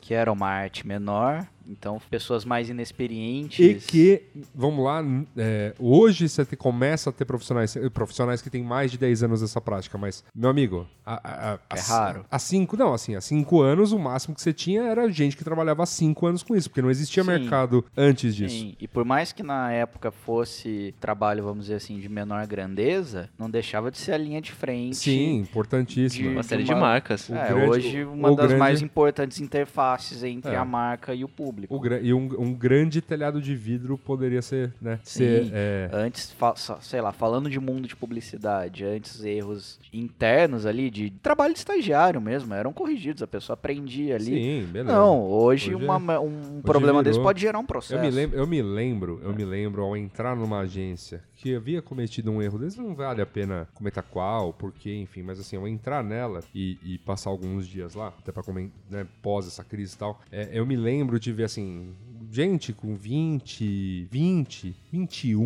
Que era uma arte menor, então pessoas mais inexperientes. E que, vamos lá, n- é, hoje você te- começa a ter profissionais, eh, profissionais que têm mais de 10 anos dessa prática, mas, meu amigo, a, a- a- É a- raro. Há cinco, não, assim, há cinco anos o máximo que você tinha era gente que trabalhava há cinco anos com isso, porque não existia Sim. mercado antes disso. Sim, e por mais que na época fosse trabalho, vamos dizer assim, de menor grandeza, não deixava de ser a linha de frente. Sim, importantíssimo. Uma de série de uma- marcas. o É, grande- hoje o- uma o das grande- mais importantes interfaces entre É. a marca e o público. O gra- e um, um grande telhado de vidro poderia ser, né? ser, Sim. é, Antes, fa- só- sei lá, falando de mundo de publicidade, antes erros internos ali, de trabalho de estagiário mesmo, eram corrigidos, a pessoa aprendia ali. sim, beleza. Não, hoje, Hoje uma- um problema virou. desse pode gerar um processo. Eu me lembro, eu me lembro, eu me lembro ao entrar numa agência que havia cometido um erro desse, não vale a pena comentar qual, porquê, enfim, mas assim, ao entrar nela e, e passar alguns dias lá, até pra comentar, né, pós essa crise e tal, é, eu me lembro de ver assim, gente com 20, 20, 21,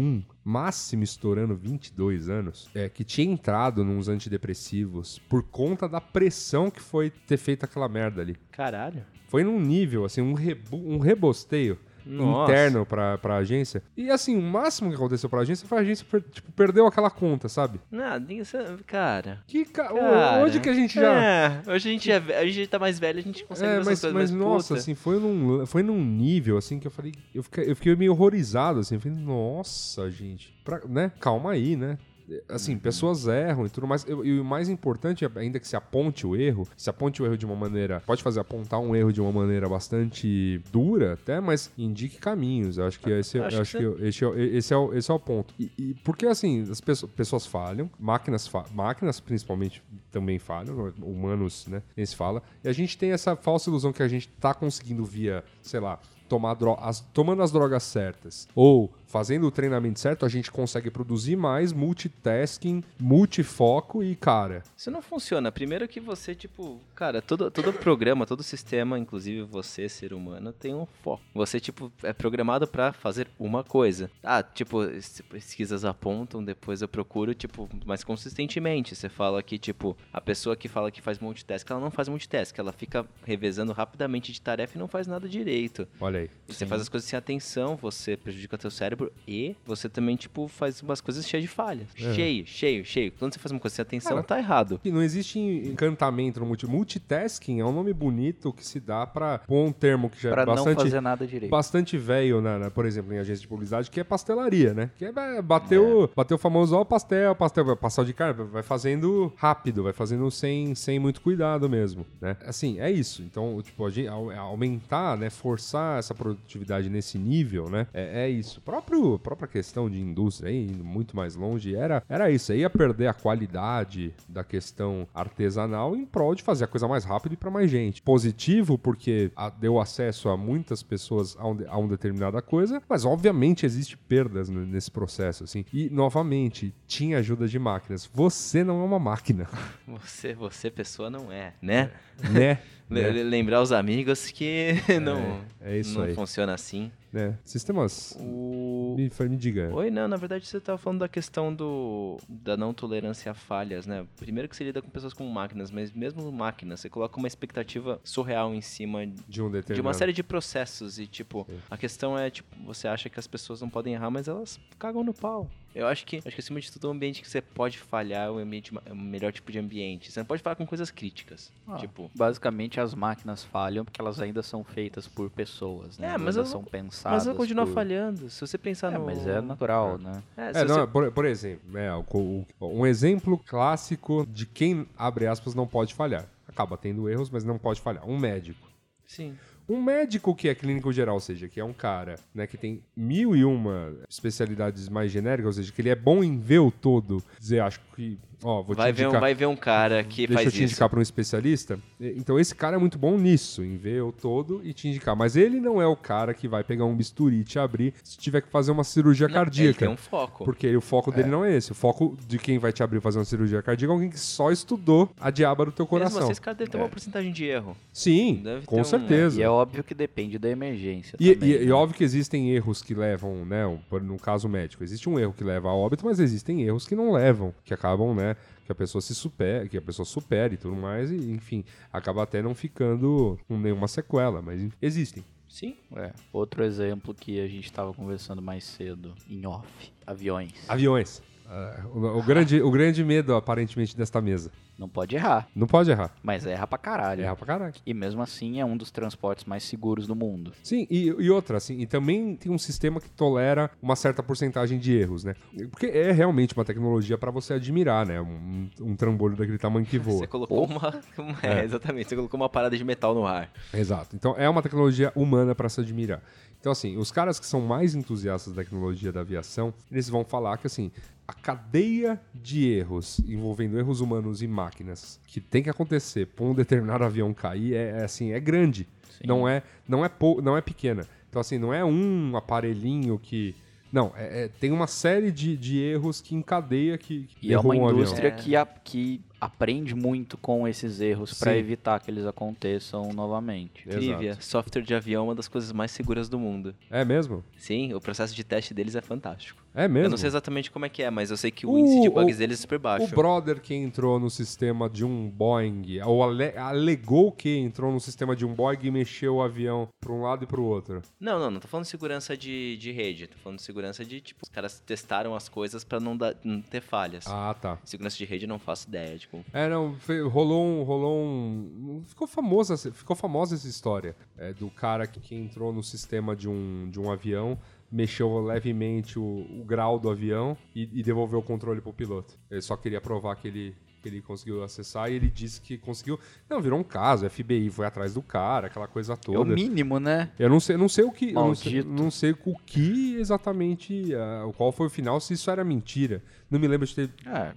máximo estourando 22 anos, é, que tinha entrado nos antidepressivos por conta da pressão que foi ter feito aquela merda ali. Caralho. Foi num nível, assim, um, rebu, um rebosteio Nossa. interno pra, pra agência. E assim, o máximo que aconteceu pra agência foi a agência, per- tipo, perdeu aquela conta, sabe? Nada, isso é- cara. Que ca... ô, Cara, Onde que a gente já. É, hoje a gente, é, ve- a gente tá mais velho, a gente consegue É, ver essas mas, mas coisas, nossa, puta. assim, foi num, foi num nível, assim, que eu falei, eu fiquei, eu fiquei meio horrorizado, assim, eu falei, nossa, gente, pra- né, calma aí, né, Uhum. assim, pessoas erram e tudo mais, Eu- e o mais importante, ainda que se aponte o erro, se aponte o erro de uma maneira, pode fazer apontar um erro de uma maneira bastante dura até, mas indique caminhos, eu acho que esse, Acho eu acho que esse, é, o- esse, é, o- esse é o ponto, e, e porque, assim, as pessoas, pessoas falham, máquinas, fa- máquinas principalmente também falham, humanos, né, nem se fala, e a gente tem essa falsa ilusão que a gente tá conseguindo via, sei lá, tomar dro- as- tomando as drogas certas ou Fazendo o treinamento certo, a gente consegue produzir mais, multitasking, multifoco e, cara, Isso não funciona. Primeiro que você, tipo, cara, todo, todo programa, todo sistema, inclusive você, ser humano, tem um foco. Você, tipo, é programado pra fazer uma coisa. Ah, tipo, as pesquisas apontam, depois eu procuro, tipo, mais consistentemente. Você fala que, tipo, a pessoa que fala que faz multitask, ela não faz multitask, ela fica revezando rapidamente de tarefa e não faz nada direito. olha aí. E Você faz as coisas sem atenção, você prejudica teu cérebro e você também, tipo, faz umas coisas cheias de falhas. Cheio, cheio, cheio. Quando você faz uma coisa sem atenção, Cara, tá errado. Que não existe encantamento no multi. Multitasking é um nome bonito que se dá pra pôr um termo que já Pra é não bastante fazer nada direito. bastante velho, na, na- por exemplo, em agência de publicidade, que é pastelaria, né? Que é ba- bater o bateu o famoso ó, pastel, pastel, vai passar de cara, vai fazendo rápido, vai fazendo sem, sem muito cuidado mesmo, né? Assim, é isso. Então, tipo, a gente, au- aumentar, né, forçar essa produtividade nesse nível, né? É, é isso. Próprio própria questão de indústria aí, indo muito mais longe, era era isso, aí ia perder a qualidade da questão artesanal em prol de fazer a coisa mais rápida e para mais gente. Positivo porque a- deu acesso a muitas pessoas a, um, de- a uma determinada coisa, mas obviamente existe perdas n- nesse processo, assim. E, novamente, tinha ajuda de máquinas. Você não é uma [laughs] máquina, Você, você pessoa não é, né? né? Le- né? le- Lembrar os amigos que [laughs] não, é isso não aí. funciona assim. Né? Sistemas... O... Me, fa- me diga. Oi, não, na verdade você tava falando da questão do da não tolerância a falhas, né? Primeiro que você lida com pessoas com máquinas, mas mesmo máquinas, você coloca uma expectativa surreal em cima De um determinado... de uma série de processos e tipo Sim. a questão é tipo você acha que as pessoas não podem errar mas elas cagam no pau eu acho que acho que acima de tudo é um ambiente que você pode falhar é um ambiente ma- é o melhor tipo de ambiente você não pode falar com coisas críticas Ah, tipo Basicamente as máquinas falham porque elas ainda são feitas por pessoas, né? É, Elas mas ainda eu- são pensadas. mas ela continua por... falhando se você pensar É, no mas é natural, né? É, se É, não, você- por, por exemplo, né, o co- o- um exemplo clássico de quem, abre aspas, não pode falhar. Acaba tendo erros, mas não pode falhar. Um médico. sim Um médico que é clínico geral, ou seja, que é um cara né, que tem mil e uma especialidades mais genéricas, ou seja, que ele é bom em ver o todo, dizer, acho que, ó, vou vai te ver um, indicar... vai ver um cara que Deixa eu faz te isso indicar para um especialista. E- Então, esse cara é muito bom nisso, em ver o todo e te indicar. Mas ele não é o cara que vai pegar um bisturi e te abrir se tiver que fazer uma cirurgia Não, cardíaca. ele tem um foco Porque o foco dele não é esse. O foco de quem vai te abrir fazer uma cirurgia cardíaca é alguém que só estudou a diaba do teu coração. mesmo assim esse cara deve ter uma porcentagem de erro Sim, deve ter com um- certeza. E é óbvio que depende da emergência. E, também, e- e né? óbvio que existem erros que levam, né? um- por- No caso médico, existe um erro que leva a óbito, mas existem erros que não levam, que acabam, né? Que a pessoa se supera, que a pessoa supere e tudo mais, e enfim, acaba até não ficando com nenhuma sequela, mas en- existem. sim É. Outro exemplo que a gente estava conversando mais cedo, em off, aviões. Aviões. Ah, o, o grande, o grande medo, aparentemente, desta mesa. Não pode errar, Não pode errar. mas erra pra caralho. Erra pra caralho. E mesmo assim é um dos transportes mais seguros do mundo. Sim, e, e outra, assim, e também tem um sistema que tolera uma certa porcentagem de erros, né? Porque é realmente uma tecnologia pra você admirar, né? Um, um trambolho daquele tamanho que você voa. colocou uma, [laughs] uma- é, exatamente você colocou uma parada de metal no ar Exato. Então é uma tecnologia humana pra se admirar. Então, assim, os caras que são mais entusiastas da tecnologia da aviação, eles vão falar que, assim, a cadeia de erros envolvendo erros humanos e máquinas que tem que acontecer pra um determinado avião cair é, é, assim, é grande. um. Não é, não é pou, não é pequena. Então, assim, não é um aparelhinho que. Não, é- é- tem uma série de, de erros que encadeia que. que E é uma derrubam um avião. indústria que, a- que aprende muito com esses erros pra Sim. evitar que eles aconteçam novamente. Exato. Trivia, software de avião é uma das coisas mais seguras do mundo. É mesmo? Sim, o processo de teste deles é fantástico. É mesmo. Eu não sei exatamente como é que é, mas eu sei que o O- índice de bugs o- deles é super O baixo. brother que entrou no sistema de um Boeing, ou ale- alegou que entrou no sistema de um Boeing e mexeu o avião para um lado e para o outro. Não, não, não tô falando de segurança de, de rede, tô falando de segurança de, tipo, os caras testaram as coisas pra não, dar- não ter falhas. Ah, tá. Segurança de rede eu não faço ideia de como. É, não, fe- rolou um, rolou um, ficou famosa, ficou famosa essa história é, do cara que, que entrou no sistema de um, de um avião, mexeu levemente o, o grau do avião e, e devolveu o controle pro piloto. Ele só queria provar que ele que ele conseguiu acessar e ele disse que conseguiu. Não, virou um caso, FBI foi atrás do cara, aquela coisa É o toda. mínimo, né? Eu não sei, não sei o que, eu não sei, Maldito. não sei o que exatamente, ah, qual foi o final, se isso era mentira. Não me lembro de ter É,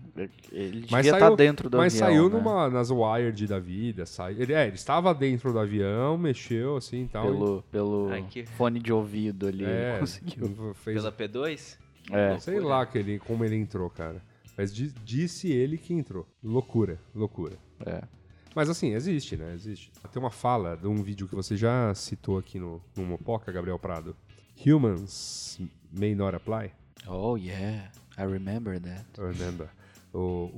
ele Mas devia estar saiu- dentro do Mas avião, saiu né? numa, nas Wired da vida. Sai, ele, é, ele estava dentro do avião, mexeu assim e tal. Pelo, pelo Ai, que- fone de ouvido e, ali, é, conseguiu. Fez, um, Pela P2? É. sei lá que ele, como ele entrou, cara. Mas di- disse ele que entrou. Loucura, loucura. É. Mas assim, existe, né? Existe. Tem uma fala de um vídeo que você já citou aqui no, no Mopoca, Gabriel Prado. Humans may not apply. Oh, yeah. I remember that. Remember. O-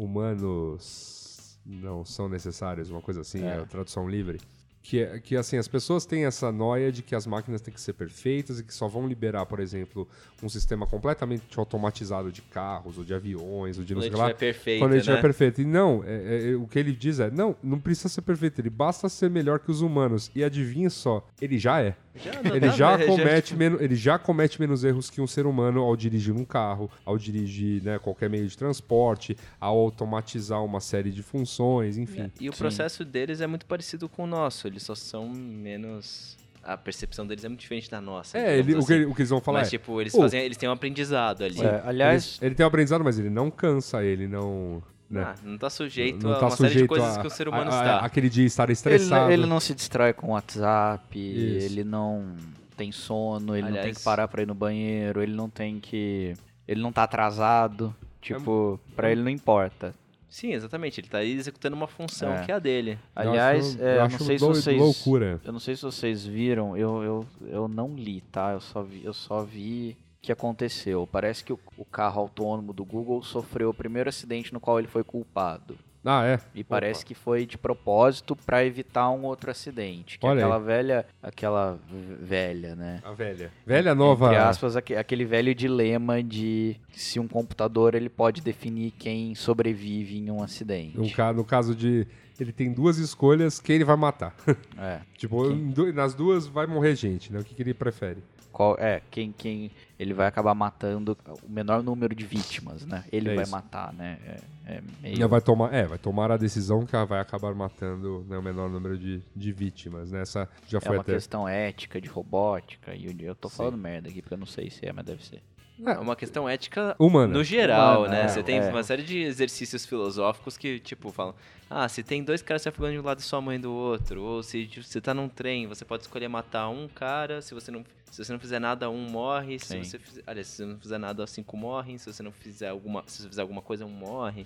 humanos não são necessários, uma coisa assim, é a tradução livre. Que, é- que assim, as pessoas têm essa noia de que as máquinas têm que ser perfeitas e que só vão liberar, por exemplo, um sistema completamente automatizado de carros ou de aviões ou de não Quando sei o ele que lá. tiver perfeito, Quando ele né? estiver perfeito. E não, é- é- é- o que ele diz é, não, não precisa ser perfeito, ele basta ser melhor que os humanos. E adivinha só, ele já é. Já não Ele dá, já, né? comete menos, ele já comete menos erros que um ser humano ao dirigir um carro, ao dirigir né, qualquer meio de transporte, ao automatizar uma série de funções, enfim. E o processo deles é muito parecido com o nosso, eles só são menos. A percepção deles é muito diferente da nossa. É, digamos ele- o, que, assim. ele- o que eles vão falar Mas, é, tipo, eles, "Oh, fazem, eles têm um aprendizado ali. É, aliás, ele, ele tem um aprendizado, mas ele não cansa, ele não... Né, Ah, não tá sujeito não a tá uma série de sujeito coisas a- que o ser a- humano a- está. Aquele dia estar ele, estressado. ele não se distrai com o WhatsApp, Isso. ele não tem sono, ele não tem Aliás- que parar pra ir no banheiro, ele não tem que... Ele não tá atrasado, tipo, pra ele não importa. Sim, exatamente. Ele tá aí executando uma função É. que é a dele. Eu Aliás, acho- é, eu eu acho não sei se lou- vocês... loucura. Eu não sei se vocês viram, eu, eu, eu não li, tá? Eu só vi, eu só vi que aconteceu. Parece que o, o carro autônomo do Google sofreu o primeiro acidente no qual ele foi culpado. Ah, é. E Opa. parece que foi de propósito pra evitar um outro acidente. Que Olha aí. aquela velha, aquela v- velha, né? A velha. Velha nova. Entre aspas, aque- aquele velho dilema de se um computador ele pode definir quem sobrevive em um acidente. No, ca- no caso de. Ele tem duas escolhas, quem ele vai matar. É. tipo, em du- nas duas vai morrer gente, né? O que, que ele prefere? Qual, é, quem, quem ele vai acabar matando o menor número de vítimas, né? Ele É vai isso. matar, né? É, é É, meio... Vai tomar, é, vai tomar a decisão que vai acabar matando né, o menor número de, de vítimas, né? Essa já É foi uma até. questão ética, de robótica, e eu- eu tô Sim. falando merda aqui, porque eu não sei se é, mas deve ser. É. É uma questão ética Humana. no geral, Humana, né? é, Você tem é. uma série de exercícios filosóficos que, tipo, falam: ah, se tem dois caras se afogando de um lado e sua mãe do outro, ou se tipo, você tá num trem, você pode escolher matar um cara, se você não, se você não fizer nada, um morre, Sim. se você fizer, aliás, se você não fizer nada, cinco morrem, se você não fizer alguma, se você fizer alguma coisa, um morre.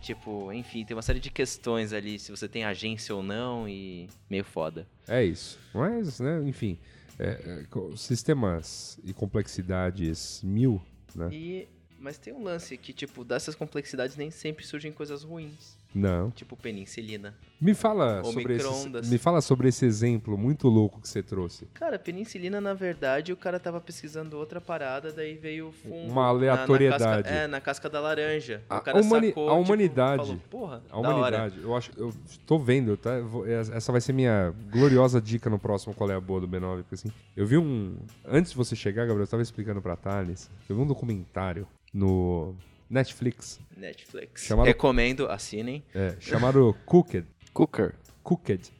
Tipo, enfim, tem uma série de questões ali, se você tem agência ou não, e meio foda. É isso. Mas, né, enfim. é, é, co- sistemas e complexidades mil, né? E, mas tem um lance que, tipo, dessas complexidades nem sempre surgem coisas ruins, Não. tipo penicilina. Me fala, Ou sobre esse, micro-ondas. me fala sobre esse exemplo muito louco que você trouxe. Cara, penicilina, na verdade, o cara tava pesquisando outra parada, daí veio o fungo. Uma na- Na, aleatoriedade. casca, é, na casca da laranja. A o cara humani- sacou, a tipo, humanidade. falou, Porra, A humanidade, eu acho, eu tô vendo, tá? Eu vou- es- Essa vai ser minha gloriosa dica no próximo Qual é a Boa do B9, porque assim, eu vi um, antes de você chegar, Gabriel, eu tava explicando pra Thales, eu vi um documentário no Netflix, Da hora. Netflix. Chamaram- Recomendo, assinem. é, [laughs] chamado Cooked, Cooker. Cooked,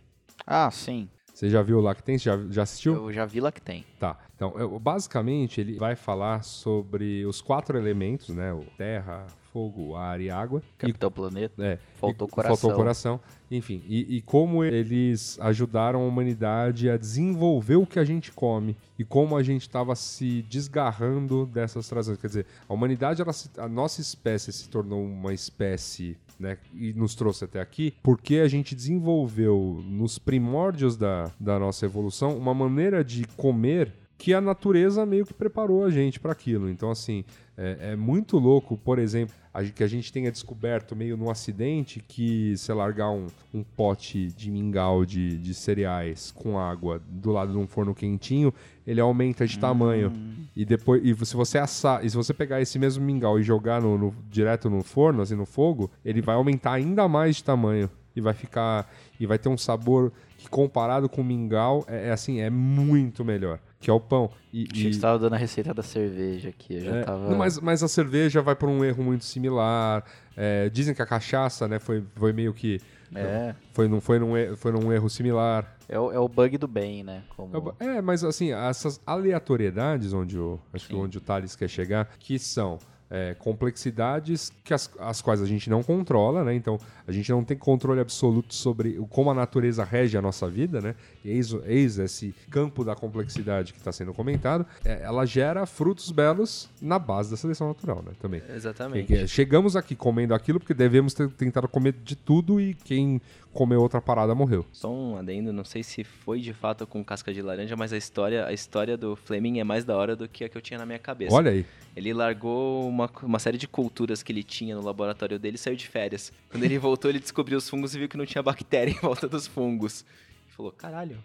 Ah, sim. você já viu lá que tem? Você já, já assistiu? Eu já vi lá que tem. Tá. Então, eu- basicamente, ele vai falar sobre os quatro elementos, né? O terra, fogo, ar e água. E Capitão Planeta. É, Faltou e- coração. Faltou coração. Enfim, e, e como eles ajudaram a humanidade a desenvolver o que a gente come e como a gente estava se desgarrando dessas tradições. Quer dizer, a humanidade, ela se- a nossa espécie se tornou uma espécie, né, e nos trouxe até aqui, porque a gente desenvolveu nos primórdios da, da nossa evolução uma maneira de comer que a natureza meio que preparou a gente para aquilo. Então, assim, é, é muito louco, por exemplo, a gen- que a gente tenha descoberto meio num acidente que, se largar um, um pote de mingau de, de cereais com água do lado de um forno quentinho, ele aumenta de tamanho. Hum. E depois, e se você assar, e se você pegar esse mesmo mingau e jogar no, no- direto no forno, assim, no fogo, ele vai aumentar ainda mais de tamanho. E vai ficar. E vai ter um sabor que, comparado com o mingau, é, é assim, é muito melhor. que é o pão. E, Achei e- que você tava dando a receita da cerveja aqui. Eu já é, tava. não, mas, mas a cerveja vai por um erro muito similar. É, dizem que a cachaça, né, foi, foi meio que. É, Foi num, foi, num, er- foi num erro similar. é o, é o bug do bem, né? Como... É, o ba- É, mas assim, essas aleatoriedades onde o, acho que onde o Thales quer chegar, que são é, complexidades que as, as quais a gente não controla, né? Então, a gente não tem controle absoluto sobre o- como a natureza rege a nossa vida, né? E eis, o- eis esse campo da complexidade que está sendo comentado. É, ela gera frutos belos na base da seleção natural, né? Também. Que- Exatamente. que- Chegamos aqui comendo aquilo porque devemos ter tentado comer de tudo e quem comeu outra parada morreu. Só um adendo, não sei se foi de fato com casca de laranja, mas a história, a história do Fleming é mais da hora do que a que eu tinha na minha cabeça. Olha aí. Ele largou uma, co- uma série de culturas que ele tinha no laboratório dele e saiu de férias. Quando ele voltou, ele descobriu os fungos e viu que não tinha bactéria [laughs] em volta dos fungos. Ele falou, caralho,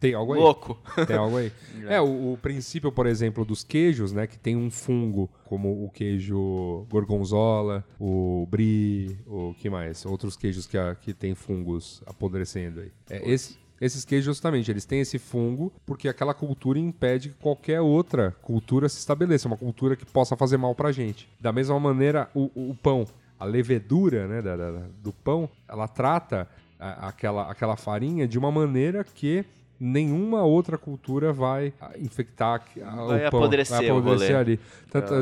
Tem algo aí. louco. Tem algo aí. É, o, o princípio, por exemplo, dos queijos, né? Que tem um fungo, como o queijo gorgonzola, o brie, o que mais? Outros queijos que, a- que tem fungos apodrecendo aí. É, esse- esses queijos, justamente, eles têm esse fungo porque aquela cultura impede que qualquer outra cultura se estabeleça, uma cultura que possa fazer mal pra gente. Da mesma maneira, o, o pão, a levedura né, da- da- da- do pão, ela trata a- aquela, aquela farinha de uma maneira que nenhuma outra cultura vai ah, infectar que- ah, Vai o pão, apodrecer vai o apodrecer rolê. Ah. ali. Tanto-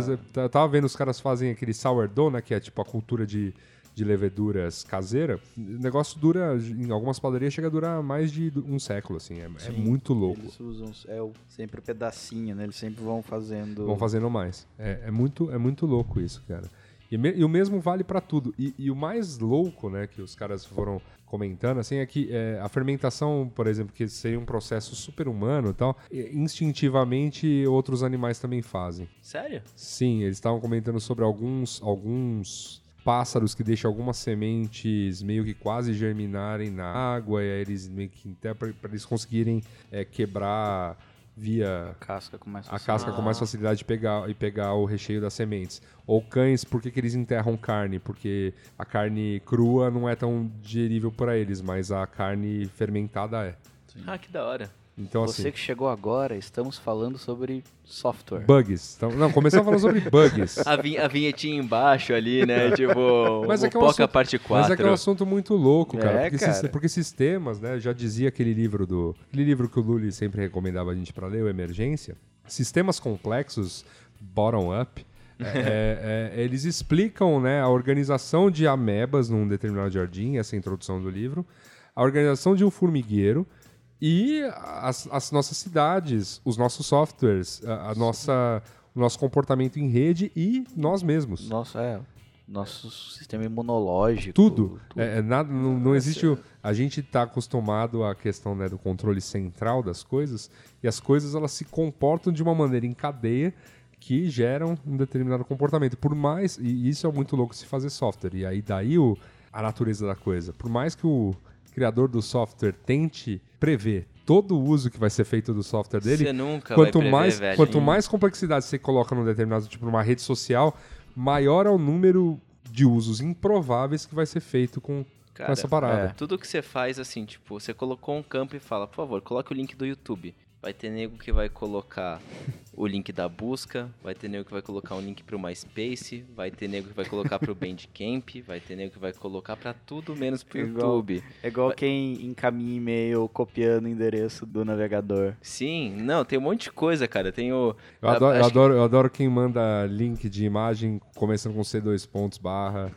Eu tava vendo os caras fazem aquele sourdough, né, que é tipo a cultura de, de leveduras caseira. O negócio dura, em algumas padarias, chega a durar mais de um século, assim. É, é muito louco. Eles usam é, o- sempre o pedacinho, né? Eles sempre vão fazendo. Vão fazendo mais. É, é muito, é muito louco isso, cara. E, me- e o mesmo vale pra tudo. E, e o mais louco, né, que os caras foram comentando, assim, é que é, a fermentação, por exemplo, que seria um processo super humano e tal, e- instintivamente outros animais também fazem. Sério? Sim, eles estavam comentando sobre alguns, alguns pássaros que deixam algumas sementes meio que quase germinarem na água, e aí eles meio que até pra pra eles conseguirem é, quebrar via casca começa a casca com mais facilidade de pegar, e pegar o recheio das sementes. Ou cães, por que, que eles enterram carne? Porque a carne crua não é tão digerível para eles, mas a carne fermentada é. Ah, que da hora. Então, Você que chegou agora, estamos falando sobre software. assim, bugs. Então, não, começamos falando sobre bugs. A, vin- a vinhetinha embaixo [laughs] ali, né? Tipo, Mas o é que é um Poca assunto- parte 4. Mas é que é um assunto muito louco, cara. É, porque, cara. sis- porque sistemas, né? Já dizia aquele livro do. Aquele livro que o Lully sempre recomendava a gente pra ler, o Emergência. Sistemas complexos, bottom-up. [laughs] é, é, é, eles explicam né, a organização de amebas num determinado jardim, essa é a introdução do livro, a organização de um formigueiro e as, as nossas cidades, os nossos softwares, a, a nossa, o nosso comportamento em rede e nós mesmos. Nossa, é. Nosso sistema imunológico. Tudo. É, é nada, não, não existe. o- a gente está acostumado à questão né, do controle central das coisas e as coisas elas se comportam de uma maneira em cadeia que geram um determinado comportamento. Por mais e isso é muito louco se fazer software e aí daí o, a natureza da coisa. Por mais que o criador do software tente prever todo o uso que vai ser feito do software dele, Você nunca quanto vai prever, mais velho. quanto mais complexidade você coloca num determinado tipo numa rede social maior é o número de usos improváveis que vai ser feito com, Cara, com essa parada é. Tudo que você faz, assim, tipo, você colocou um campo e fala, por favor, coloque o link do YouTube. Vai ter nego que vai colocar o link da busca, vai ter nego que vai colocar um link pro MySpace, vai ter nego que vai colocar pro Bandcamp, vai ter nego que vai colocar pra tudo menos pro Igual. YouTube. É igual quem encaminha e-mail copiando o endereço do navegador. Sim, não, tem um monte de coisa, cara. Tem o. eu, a- adoro, eu, É, acho que- adoro, eu adoro quem manda link de imagem começando com c dois pontos barra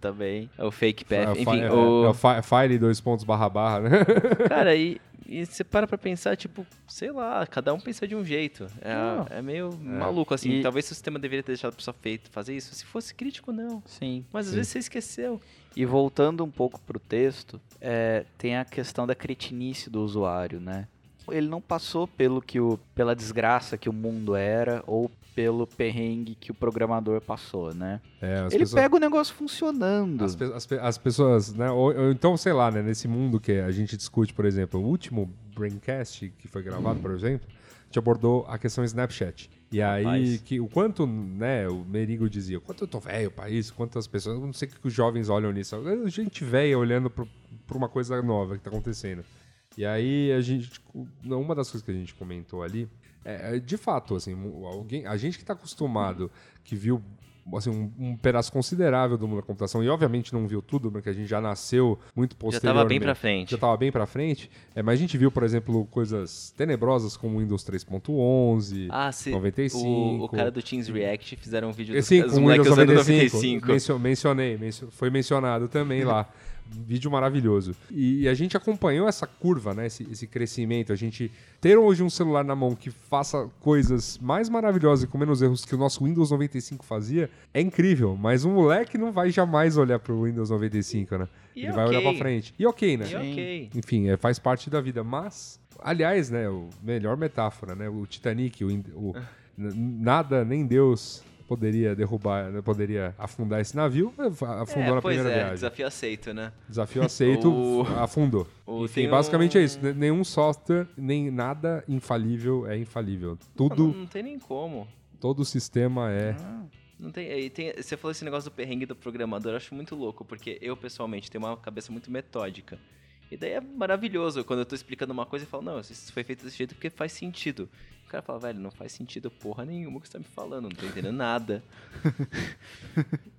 Também. é o fake é, o path. fi- Enfim, é, o. é o fi- file dois pontos barra barra né? [laughs] Cara, e, e você para pra pensar, tipo, sei lá, cada um pensa de um jeito. É, é meio maluco, assim. E- Talvez o sistema deveria ter deixado a pessoa feito fazer isso. Se fosse crítico, não. Sim. Mas às Sim. vezes você esqueceu. E voltando um pouco pro texto, é, tem a questão da cretinice do usuário, né? Ele não passou pelo que o, pela desgraça que o mundo era ou pelo perrengue que o programador passou, né? É, as ele pessoas- pega o negócio funcionando. As, pe- as pe- as pessoas, né? Ou, ou então, sei lá, né? Nesse mundo que a gente discute, por exemplo, o último Braincast que foi gravado, por exemplo, a gente abordou a questão Snapchat. E aí, Rapaz. que, o quanto, né, o Merigo dizia, o quanto eu tô velho pra isso, quantas pessoas, eu não sei o que que os jovens olham nisso. É Gente velha olhando pro- pra uma coisa nova que tá acontecendo. E aí a gente. Uma das coisas que a gente comentou ali é, é, de fato, assim, alguém, a gente que está acostumado, que viu assim, um, um pedaço considerável do mundo da computação, e obviamente não viu tudo, porque a gente já nasceu muito Já posteriormente. tava bem pra frente. Já estava bem para frente. É, mas a gente viu, por exemplo, coisas tenebrosas como o Windows 3.11. Ah, se 95. O, o cara do Teams React fizeram um vídeo dos, Sim, dos com o moleques Windows usando 95. 95. Mencio- mencionei, mencio- foi mencionado também lá. Vídeo maravilhoso. E, a gente acompanhou essa curva, né? Esse, esse crescimento. A gente ter hoje um celular na mão que faça coisas mais maravilhosas e com menos erros que o nosso Windows 95 fazia é incrível. Mas um moleque não vai jamais olhar pro Windows 95, né? E Ele é vai olhar ok. pra frente. E ok, né? E ok. Enfim, é, faz parte da vida. Mas, aliás, né, o melhor metáfora, né? O Titanic, o, in- o- n- nada, nem Deus poderia derrubar, né, poderia afundar esse navio. af- Afundou É, na pois primeira é, viagem. desafio aceito, né? Desafio aceito, [laughs] O- f- afundou. o- Enfim, tem um- basicamente é isso. né, Nenhum software, nem nada infalível é infalível. Não, Tudo, não tem nem como. todo sistema é. Hum. Não tem, e tem- você falou esse negócio do perrengue do programador, eu acho muito louco, porque eu pessoalmente tenho uma cabeça muito metódica. E daí é maravilhoso quando eu tô explicando uma coisa e falo, não, isso foi feito desse jeito porque faz sentido. O cara fala, velho, não faz sentido porra nenhuma o que você tá me falando, não tô entendendo [laughs] nada.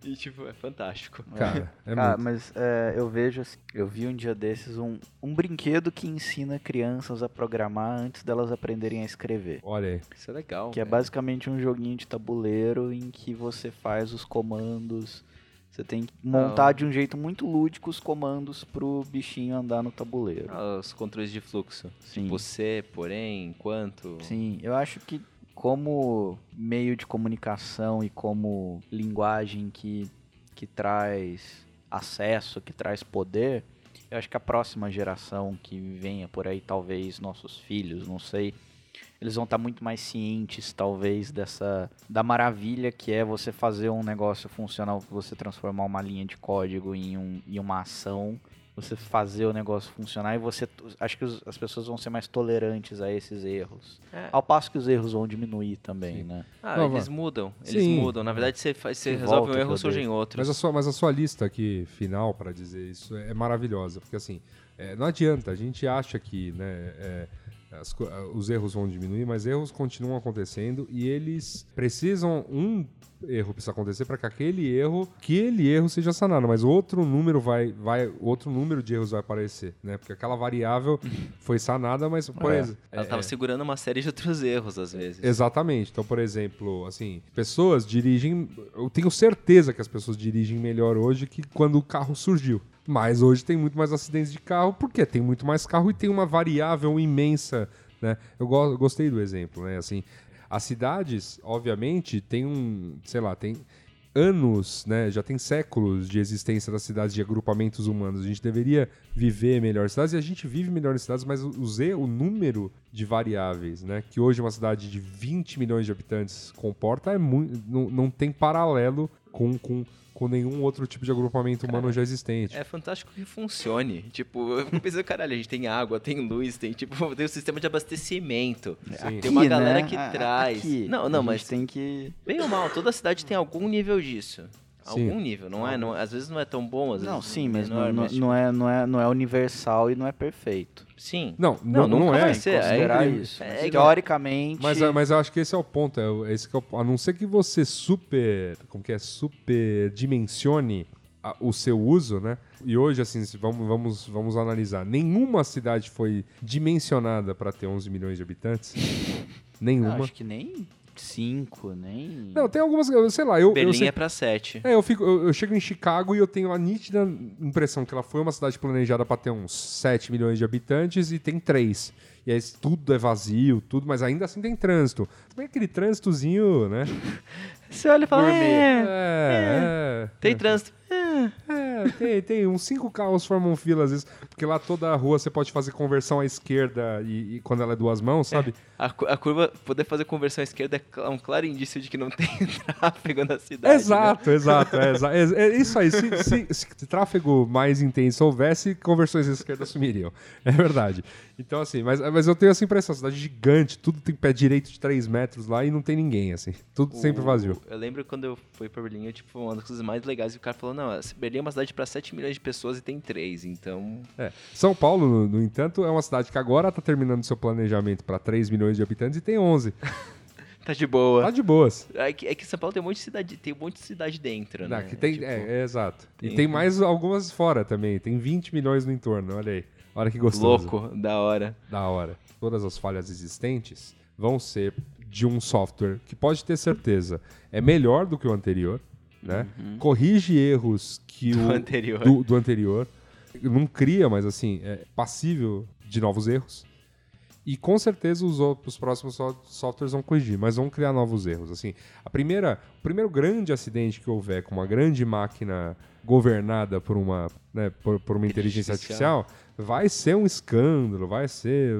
e tipo, é fantástico. Cara, é Cara, muito. mas é, eu vejo, assim, eu vi um dia desses um, um brinquedo que ensina crianças a programar antes delas aprenderem a escrever. Olha aí. Isso é legal. Que é cara. basicamente um joguinho de tabuleiro em que você faz os comandos. Você tem Ah, que montar de um jeito muito lúdico os comandos pro bichinho andar no tabuleiro. Ah, Os controles de fluxo. Sim. Você, porém, enquanto. Sim, eu acho que como meio de comunicação e como linguagem que, que traz acesso, que traz poder, eu acho que a próxima geração que venha por aí, talvez nossos filhos, não sei, eles vão estar muito mais cientes, talvez, dessa da maravilha que é você fazer um negócio funcional, você transformar uma linha de código em, um, em uma ação você fazer o negócio funcionar e você acho que os- as pessoas vão ser mais tolerantes a esses erros. É. Ao passo que os erros vão diminuir também, né? Ah, Não, eles vai. mudam. Eles Sim. mudam. Na verdade, você, faz, você Se resolve volta, um que eu erro, surgem outros. Mas a sua, mas a sua lista aqui final para dizer isso é maravilhosa, porque assim é, não adianta. A gente acha que né, é, as co- ah, os erros vão diminuir, mas erros continuam acontecendo e eles precisam um erro precisa acontecer para que aquele erro, aquele erro seja sanado, mas outro número vai, vai, outro número de erros vai aparecer, né? Porque aquela variável foi sanada, mas por exemplo, Ela É. tava segurando uma série de outros erros, às vezes. Exatamente. Então, por exemplo, assim, pessoas dirigem. Eu tenho certeza que as pessoas dirigem melhor hoje que quando o carro surgiu. Mas hoje tem muito mais acidentes de carro, porque tem muito mais carro e tem uma variável imensa, né? Eu go- gostei do exemplo, né? Assim, as cidades, obviamente, tem um, sei lá, tem anos, né? Já tem séculos de existência das cidades de agrupamentos humanos. A gente deveria viver melhor em cidades e a gente vive melhor em cidades, mas o Z, o número de variáveis, né? Que hoje uma cidade de 20 milhões de habitantes comporta é muito, não, não tem paralelo com, com, com nenhum outro tipo de agrupamento humano já existente. É fantástico que funcione. Tipo, eu fico pensando, caralho, a gente tem água, tem luz, tem tipo, [laughs] tem um sistema de abastecimento. Sim. é, Tem uma Aqui, galera né? que A- traz. aqui, Não, a não, gente mas tem que bem ou mal, toda cidade tem algum nível disso. Sim. Algum nível, não é? Não, às vezes não é tão bom, às vezes Não, sim, mas menor, não, não- não é, não, é, não é universal e não é perfeito. tipo, sim. Não, não, Não, não, nunca é. vai ser, é Considerar incrível. isso. É Mas incrível. teoricamente. Mas, é mas eu acho que esse é o ponto. É, o- esse que é o- a não ser que você super. Como que é? Super dimensione a- o seu uso, né? E hoje, assim, se vamos, vamos, vamos analisar. Nenhuma cidade foi dimensionada para ter 11 milhões de [laughs] habitantes. Não, Nenhuma. acho que nem cinco, nem. Não, tem algumas. eu- Sei lá, eu. eu Berlim sei- é pra 7. é, eu, fico, eu, eu chego em Chicago e eu tenho a nítida impressão que ela foi uma cidade planejada para ter uns 7 milhões de habitantes e tem 3. E aí tudo é vazio, tudo, mas ainda assim tem trânsito. Também aquele trânsitozinho, né? Você olha e fala, é, É, é. tem trânsito. É, tem, tem. Uns cinco carros formam fila às vezes. Porque lá toda a rua você pode fazer conversão à esquerda e, e quando ela é duas mãos, sabe? A, cu- a curva, poder fazer conversão à esquerda é cl- um claro indício de que não [laughs] tem tráfego na cidade. né? exato, exato. É, exa- é- é isso aí. Se, [laughs] se- se tráfego mais intenso houvesse, conversões à esquerda sumiriam. É verdade. Então, assim, mas, mas eu tenho essa impressão. Cidade é gigante, tudo tem pé direito de 3 metros lá e não tem ninguém, assim. Tudo sempre O- vazio. um Eu lembro quando eu fui pra Berlim, eu, tipo, uma das coisas mais legais que o cara falou, não, essa Berlim é uma cidade cidade para 7 milhões de pessoas e tem 3, então. É. São Paulo, no, no entanto, é uma cidade que agora está terminando seu planejamento para 3 milhões de habitantes e tem 11. Tá de Tá boa. de boas. É que, é que São Paulo tem um monte de cidade, tem um monte de cidade dentro, né? Não, que tem, Tipo, é, é, exato. E tem- tem mais algumas fora também. Tem 20 milhões no entorno, olha aí. Olha que gostoso. Louco, da [laughs] hora. Da hora. Todas as falhas existentes vão ser de um software que pode ter certeza é melhor do que o anterior, né? Corrige erros que Uhum. Do o anterior. do, do anterior. Não cria, mas assim, é passível de novos erros. E com certeza os, outros- os próximos so- softwares vão corrigir, mas vão criar novos erros. Assim, a primeira, o primeiro grande acidente que houver com uma grande máquina governada por uma, né, por, por uma inteligência Artificial. artificial, vai ser um escândalo, vai ser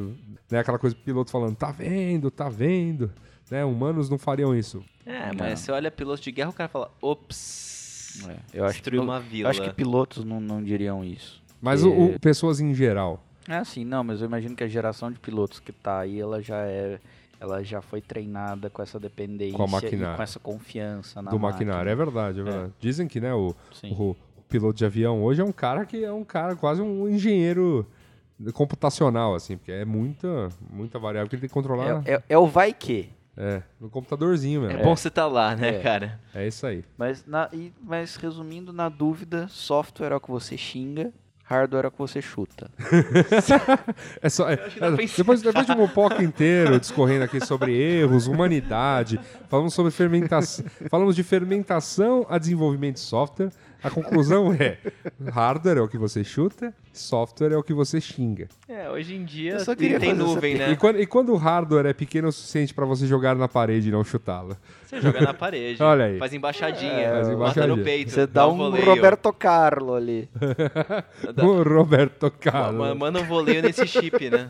né, aquela coisa do piloto falando, tá vendo, tá vendo, né, humanos não fariam isso. É, mas você olha piloto de guerra, o cara fala, ops, né? É, eu acho que destruiu pil- uma Eu vila. acho que pilotos não, não diriam isso. Mas o- o- pessoas em geral, É assim, não, mas eu imagino que a geração de pilotos que tá aí, ela já é. Ela já foi treinada com essa dependência Com a e maquinário. com essa confiança na do máquina. maquinário, é verdade, é verdade. Dizem que, né, o, Sim. o, o piloto de avião hoje é um cara que é um cara quase um engenheiro computacional, assim, porque é muita, muita variável que ele tem que controlar né? É, é- é o vai que. é, no computadorzinho É mesmo. bom você tá lá, né, É. cara? É isso aí. Mas, na- e- mas resumindo, na dúvida, software é o que você xinga, hardware é o que você chuta. É só, é- dá é- pra encerrar. depois, depois de um mopoca inteiro discorrendo aqui sobre erros, humanidade, falamos sobre fermentação, falamos de fermentação a desenvolvimento de software. A conclusão é: hardware é o que você chuta, software é o que você xinga. É, hoje em dia Eu só tem, queria tem fazer essa nuvem, né? E quando, e quando o hardware é pequeno o suficiente para você jogar na parede e não chutá-la? Você joga na parede. [laughs] Olha aí. É, Faz embaixadinha. faz Mata embaixadinha. no peito. Você dá um voleio. Roberto Carlo ali. Dá- O Roberto ma- ma- Carlos. Manda um voleio nesse chip, né?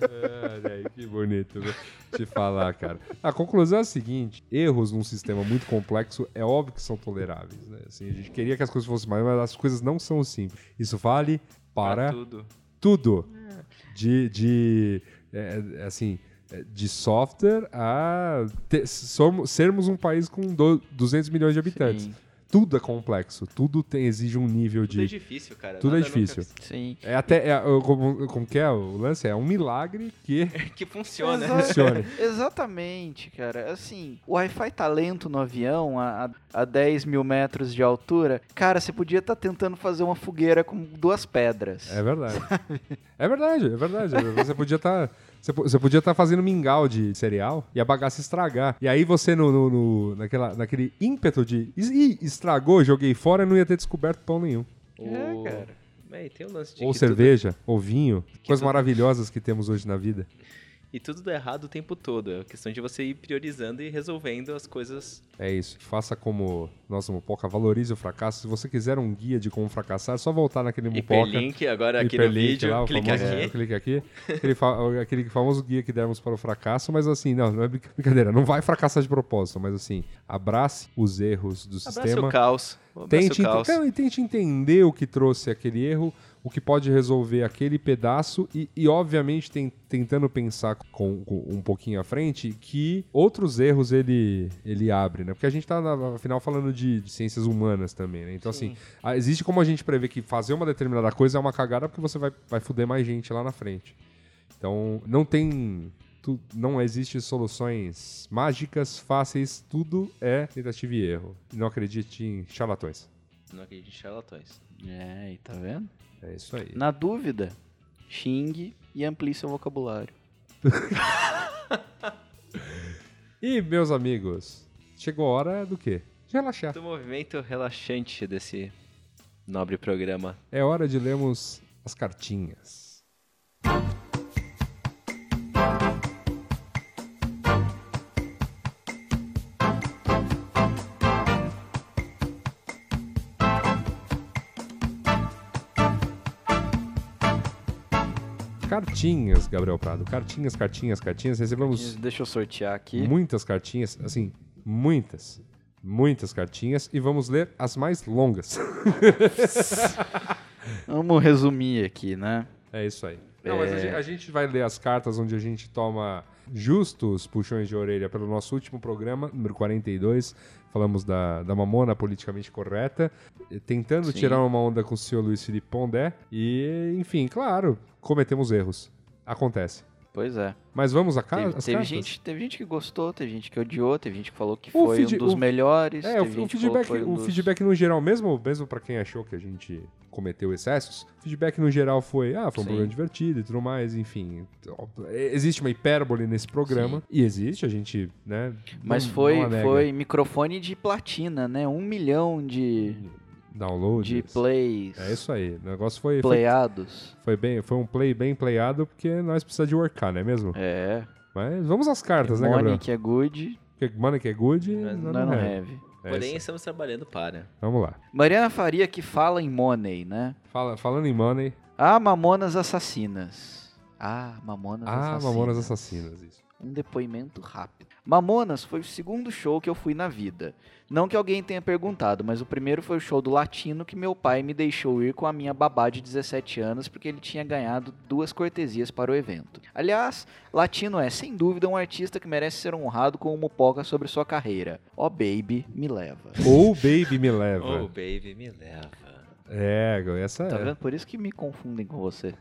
Olha aí, que bonito né? te falar, cara. A conclusão é a seguinte: erros num sistema muito complexo é óbvio que são toleráveis. Né? Assim, a gente queria que as coisas fossem mais, mas as coisas não são simples. Isso vale [laughs] para tudo. tudo. É. De, de é, assim, é, de software a ter- somos- sermos um país com do- 200 milhões de habitantes. Tudo é complexo, tudo tem- exige um nível Tudo é de. difícil, cara. Tudo é Nada nunca- difícil. Sim. É até. é, eu- como, como que é o lance? É um milagre que [laughs] Que funciona. Exato. funcione. [laughs] Exatamente, cara. Assim, o Wi-Fi talento no avião a, a, a 10 mil metros de altura, cara, você podia estar tentando fazer uma fogueira com duas pedras. É verdade. É verdade, é verdade. Você podia estar. você podia estar fazendo mingau de cereal e a bagaça estragar. E aí você, no, no- no- naquela, naquele ímpeto de. Ih, estragou, joguei fora, não ia ter descoberto pão nenhum. Ou- É, e tem um lance de Ou que cerveja, ou vinho. Coisas tudo- maravilhosas que temos hoje na vida. tudo- e tudo dá errado o tempo todo. É questão de você ir priorizando e resolvendo as coisas. É isso. Faça como nosso Mupoca, valorize o fracasso. Se você quiser um guia de como fracassar, é só voltar naquele Mupoca. Hiperlink agora aqui no Hiperlink vídeo. lá, o clica famoso, aqui. é, clica aqui. Aquele, fa- aquele famoso guia que demos para o fracasso, mas assim, não, não é brinca- brincadeira, não vai fracassar de propósito, mas assim, abrace os erros do Abraça sistema. o caos. Abraça Tente, o caos. não, e tente entender o que trouxe aquele erro, o que pode resolver aquele pedaço e, e, obviamente, ten- tentando pensar com, com um pouquinho à frente que outros erros ele, ele abre, né? Porque a gente tá, na- afinal, falando de, de ciências humanas também, né? Então, assim, a- existe como a gente prever que fazer uma determinada coisa é uma cagada porque você vai, vai fuder mais gente lá na frente. Então, não tem... tu- não existe soluções mágicas, fáceis, tudo é tentativa e erro. Não acredite em charlatões. Não acredito em charlatões. É, aí, tá vendo? É isso aí. Na dúvida, xingue e amplie seu vocabulário. E, meus amigos, chegou a hora do quê? De relaxar. Do movimento relaxante desse nobre programa. É hora de lermos as cartinhas. Cartinhas, Gabriel Prado. Cartinhas, cartinhas, cartinhas. Recebemos Deixa eu sortear aqui. muitas cartinhas, assim, muitas, muitas cartinhas e vamos ler as mais longas. [laughs] Vamos resumir aqui, né? É isso aí. Não, mas a gente, a gente vai ler as cartas onde a gente toma justos puxões de orelha pelo nosso último programa, número 42. Falamos da, da mamona politicamente correta, eh, tentando Sim. tirar uma onda com o senhor Luiz Felipe Pondé. E, enfim, claro, cometemos erros. Acontece. Pois é. Mas vamos a Teve, casa? teve gente, teve gente que gostou, teve gente que odiou, teve gente que falou que O foi feed- um dos o- melhores. É, o, teve o gente que falou feedback, que foi um o dos- feedback no geral, mesmo, mesmo para quem achou que a gente cometeu excessos, o feedback no geral foi, ah, foi um Sim. programa divertido e tudo mais, enfim. Ó, é, Existe uma hipérbole nesse programa, e existe, a gente, né? Mas não- foi, não nega. foi microfone de platina, né? Um milhão de, Download. de plays. É isso aí. O negócio foi, foi, Playados. foi bem, foi um play bem playado, porque nós precisamos de workar, não é mesmo? É. Mas vamos às cartas, né, Money Gabriel? que é good, Porque money que é good, Mas none não, não é. have. É Porém, isso. estamos trabalhando para. Vamos lá. Mariana Faria que fala em money, né? Fala, falando em money, Ah, Mamonas Assassinas. Ah, Mamonas ah, Assassinas. Mamonas Assassinas, isso. Um depoimento rápido. Mamonas foi o segundo show que eu fui na vida. Não que alguém tenha perguntado, mas o primeiro foi o show do Latino que meu pai me deixou ir com a minha babá de 17 anos porque ele tinha ganhado duas cortesias para o evento. Aliás, Latino é, sem dúvida, um artista que merece ser honrado com uma poca sobre sua carreira. Oh, baby, me leva. Ou Baby Me Leva. Oh, baby, me leva. É, essa Tá é. vendo? Por isso que me confundem com você.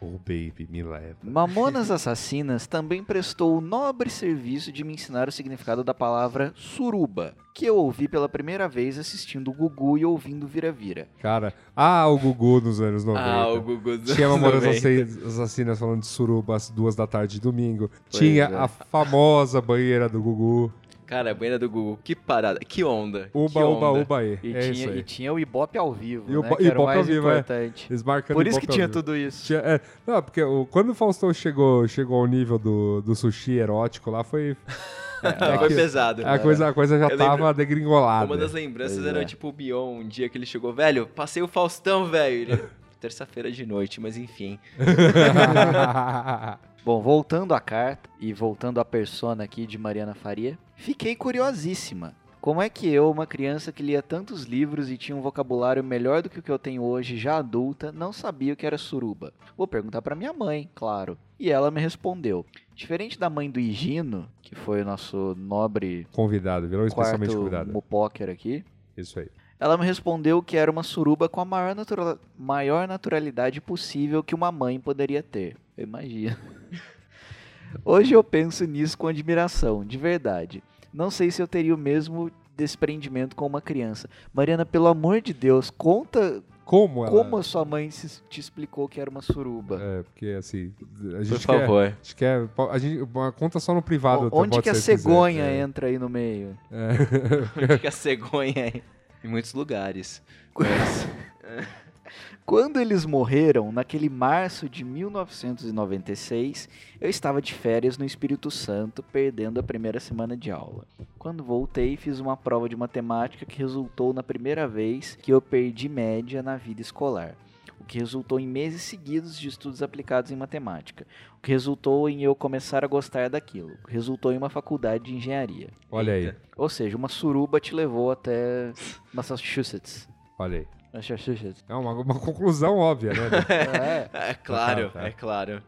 Ô, baby, me leva. Mamonas Assassinas também prestou o nobre serviço de me ensinar o significado da palavra suruba, que eu ouvi pela primeira vez assistindo o Gugu e ouvindo Vira Vira. Cara, ah, o Gugu nos anos 90. Ah, o Gugu dos Tinha anos Mamonas 90. Assassinas- Assassinas falando de suruba às duas da tarde de domingo. Tinha é. a famosa banheira do Gugu. Cara, a banheira do Gugu, que parada, que onda. que Uba, onda. uba, uba aí. E, é isso tinha, aí. e tinha o Ibope ao vivo, E o né, bo- que era o Ibope ao mais vivo, é. importante. Eles marcando Por isso o que papel tinha do- tudo isso. Tinha- é, não, porque o- quando o Faustão chegou, chegou ao nível do, do sushi erótico lá, foi. Ah, é foi que- pesado. A coisa, a coisa já Eu tava lembro- degringolada. Uma das lembranças Pois era é. tipo o Bion, um dia que ele chegou, velho, passei o Faustão, velho. Ele, Terça-feira de noite, mas enfim. Bom, voltando à carta e voltando à persona aqui de Mariana Faria, fiquei curiosíssima. Como é que eu, uma criança que lia tantos livros e tinha um vocabulário melhor do que o que eu tenho hoje, já adulta, não sabia o que era suruba? Vou perguntar pra minha mãe, claro. E ela me respondeu. Diferente da mãe do Higino, que foi o nosso nobre [laughs] convidado, virou especialmente quarto convidado. mupóquer aqui, Isso aí. ela me respondeu que era uma suruba com a maior, natura- maior naturalidade possível que uma mãe poderia ter. Eu imagino. [laughs] Hoje eu penso nisso com admiração, de verdade. Não sei se eu teria o mesmo desprendimento com uma criança. Mariana, pelo amor de Deus, conta Como ela. como a sua mãe se- te explicou que era uma suruba. É, porque assim. A gente Por quer- favor. Acho que é. po- A gente, uma conta só no privado. O- até Onde pode que a ser, se quiser. cegonha É. entra aí no meio? Onde que a cegonha é? Em muitos lugares. Mas- Quando eles morreram, naquele março de 1996, eu estava de férias no Espírito Santo, perdendo a primeira semana de aula. Quando voltei, fiz uma prova de matemática que resultou na primeira vez que eu perdi média na vida escolar, o que resultou em meses seguidos de estudos aplicados em matemática, o que resultou em eu começar a gostar daquilo, o que resultou em uma faculdade de engenharia. Olha aí, Eita. Ou seja, uma suruba te levou até Massachusetts. olha aí. Massachusetts. É uma, uma conclusão óbvia, [laughs] né? É. É claro, Tá, tá. é claro.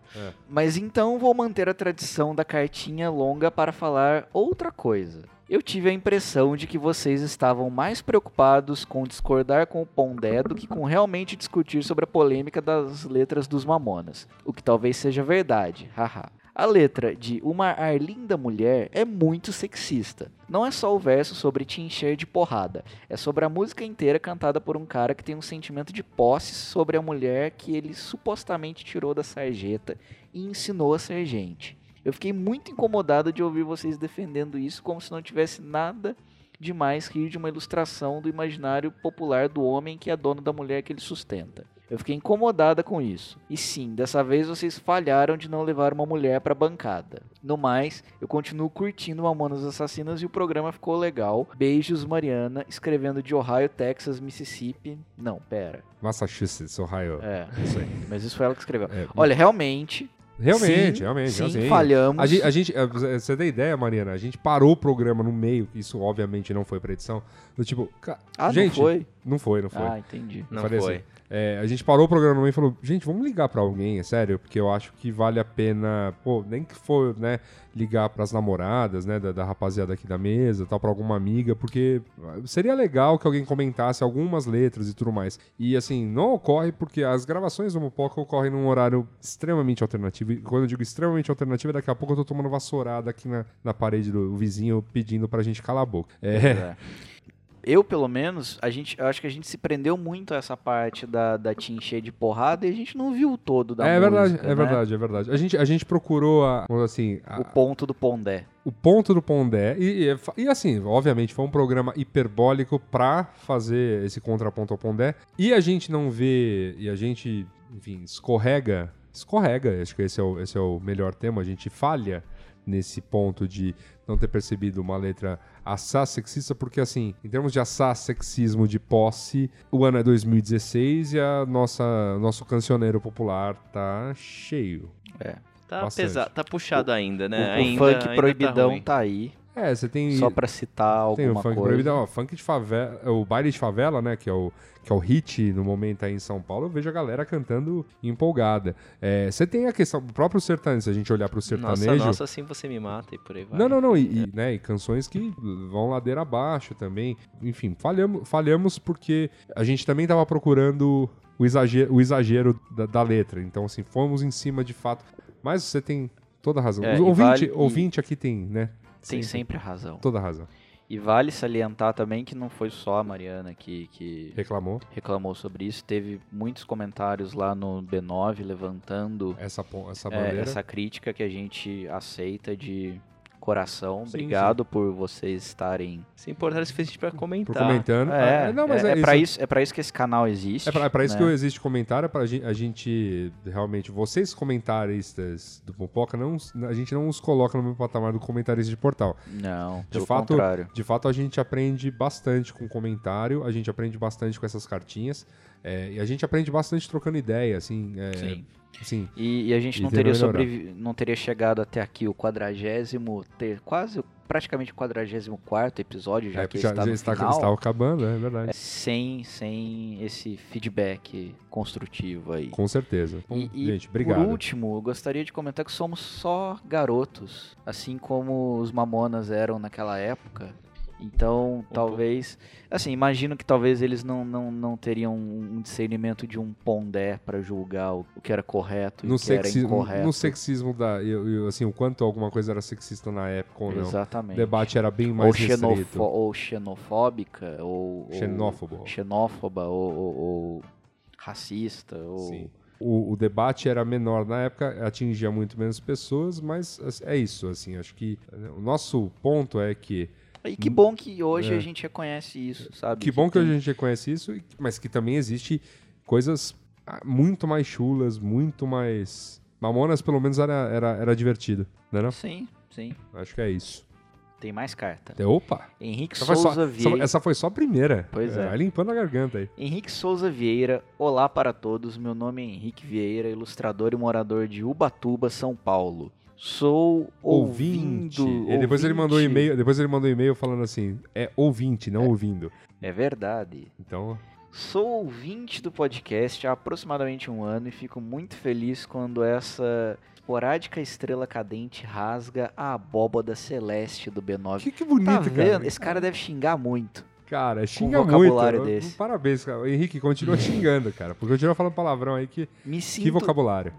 Mas então vou manter a tradição da cartinha longa para falar outra coisa. Eu tive a impressão de que vocês estavam mais preocupados com discordar com o Pondé do que com realmente discutir sobre a polêmica das letras dos Mamonas, o que talvez seja verdade, haha. A letra de Uma Arlinda Mulher é muito sexista. Não é só o verso sobre te encher de porrada, é sobre a música inteira cantada por um cara que tem um sentimento de posse sobre a mulher que ele supostamente tirou da sarjeta e ensinou a ser gente. Eu fiquei muito incomodado de ouvir vocês defendendo isso como se não tivesse nada demais rir de uma ilustração do imaginário popular do homem que é dono da mulher que ele sustenta. Eu fiquei incomodada com isso. E sim, dessa vez vocês falharam de não levar uma mulher pra bancada. No mais, eu continuo curtindo Mamonas Assassinas e o programa ficou legal. Beijos, Mariana, escrevendo de Ohio, Texas, Mississippi. Não, pera. Massachusetts, Ohio. É, Isso aí. mas isso foi ela que escreveu. É, Olha, realmente, realmente, sim, realmente. sim, assim. falhamos. A gente, a gente- é, pra você tem ideia, Mariana? A gente parou o programa no meio, isso obviamente não foi pra edição. Do tipo, ca- Ah, gente, não foi? Não foi, não foi. Ah, entendi. Eu Não falei foi. assim, é, a gente parou o programa e falou, gente, vamos ligar pra alguém, é sério, porque eu acho que vale a pena, pô, nem que for, né, ligar pras namoradas, né, da, da rapaziada aqui da mesa, tal, pra alguma amiga, porque ah, seria legal que alguém comentasse algumas letras e tudo mais. E assim, não ocorre porque as gravações do Mupoca ocorrem num horário extremamente alternativo. E quando eu digo extremamente alternativo, é daqui a pouco eu tô tomando vassourada aqui na, na parede do vizinho pedindo pra gente calar a boca. É, É. Eu, pelo menos, a gente, eu acho que a gente se prendeu muito a essa parte da, da te encher de porrada e a gente não viu o todo [laughs] da é música, verdade, né? é verdade, é verdade. A gente, a gente procurou a, vamos dizer assim, a- O ponto do Pondé. o ponto do Pondé. E, e é fa- e assim, obviamente, foi um programa hiperbólico pra fazer esse contraponto ao Pondé. E a gente não vê. E a gente, enfim, escorrega. Escorrega, acho que esse é o, esse é o melhor tema. A gente falha nesse ponto de não ter percebido uma letra assá sexista, porque assim, em termos de assá sexismo de posse, o ano é 2016 e a nossa nosso cancioneiro popular tá cheio. Tá Bastante. pesado, tá puxado ainda, O- né? o ainda, funk ainda tá proibidão ruim. tá, aí, É, você tem só pra citar Tem o alguma funk coisa. proibido, ó, funk de favela, é o baile de favela, né, que é o que é o hit no momento aí em São Paulo, eu vejo a galera cantando empolgada. É, Você tem a questão do próprio sertanejo, se a gente olhar pro sertanejo, Nossa, nossa, assim você me mata e por aí vai. não, não, não. É. E, e, né, e canções que vão ladeira abaixo também. Enfim, falhamos, falhamos porque a gente também estava procurando o exagero, o exagero da, da letra. Então, assim, fomos em cima de fato. Mas você tem toda a razão. É, Os e ouvinte, vale- e- ouvinte aqui tem, né? Tem sempre razão. Toda a razão. E vale salientar também que não foi só a Mariana que, que Reclamou. reclamou sobre isso. Teve muitos comentários lá no B9 levantando Essa, pon- essa é, bandeira. essa crítica que a gente aceita de coração. Sim, Obrigado por vocês estarem. Se importar o suficiente pra Por comentar. comentando. É, Ah, não, mas é, é, isso. pra isso, é pra isso que esse canal existe. É pra, é pra isso né? que eu existe comentário, é pra gen- a gente realmente, vocês comentaristas do Popoca, não, a gente não os coloca no mesmo patamar do comentarista de portal. Não, pelo fato, contrário. De fato, a gente aprende bastante com comentário, a gente aprende bastante com essas cartinhas, é, e a gente aprende bastante trocando ideia, assim. é, Sim. assim, E, e a gente E não tenta teria, melhorar. sobrevi- não teria chegado até aqui o quadragésimo, ter, quase praticamente o quadragésimo quarto episódio, já é, que já, está já no está, final, está acabando, é verdade. sem, sem esse feedback construtivo aí. Com certeza. Bom, E- e gente, obrigado. Por último, eu gostaria de comentar que somos só garotos, assim como os mamonas eram naquela época. Um Então, talvez. Assim, imagino que talvez eles não, não, não teriam um discernimento de um pondé pra julgar o o que era correto e o no que era sexismo, incorreto. no sexismo da. eu- eu, assim, o quanto alguma coisa era sexista na época ou não. O Exatamente. debate era bem é mais ou, restrito. xenofó ou xenofóbica, ou, ou Xenófobo. xenófoba, ou, ou- ou racista, ou. Sim. O, o debate era menor na época, atingia muito menos pessoas, mas assim, é isso, assim, acho que né, o nosso ponto é que E que bom que hoje É. a gente reconhece isso, sabe? que bom que tem- hoje a gente reconhece isso, e- mas que também existe coisas ah, muito mais chulas, muito mais Mamonas pelo menos era, era, era divertido, né não? Sim, sim. Acho que é isso. Tem mais carta. Até- Opa! Henrique Essa foi, Então só, Souza só- Vieira. essa foi só a primeira. Pois é. Vai limpando a garganta aí. Henrique Souza Vieira, olá para todos. Meu nome é Henrique Vieira, ilustrador e morador de Ubatuba, São Paulo. Sou ouvindo. E depois ele mandou um ouvinte. e-mail, depois ele mandou um e-mail falando assim, é ouvinte, não ouvindo. É verdade. Então, Sou ouvinte do podcast há aproximadamente um ano e fico muito feliz quando essa esporádica estrela cadente rasga a abóbada celeste do B9. que, que bonito, tá cara. vendo? Esse cara deve xingar muito. Cara, xinga vocabulário muito. né? desse. Parabéns, cara. Henrique, [laughs] continua xingando, cara. Porque continua falando um palavrão aí que. Me Que sinto vocabulário.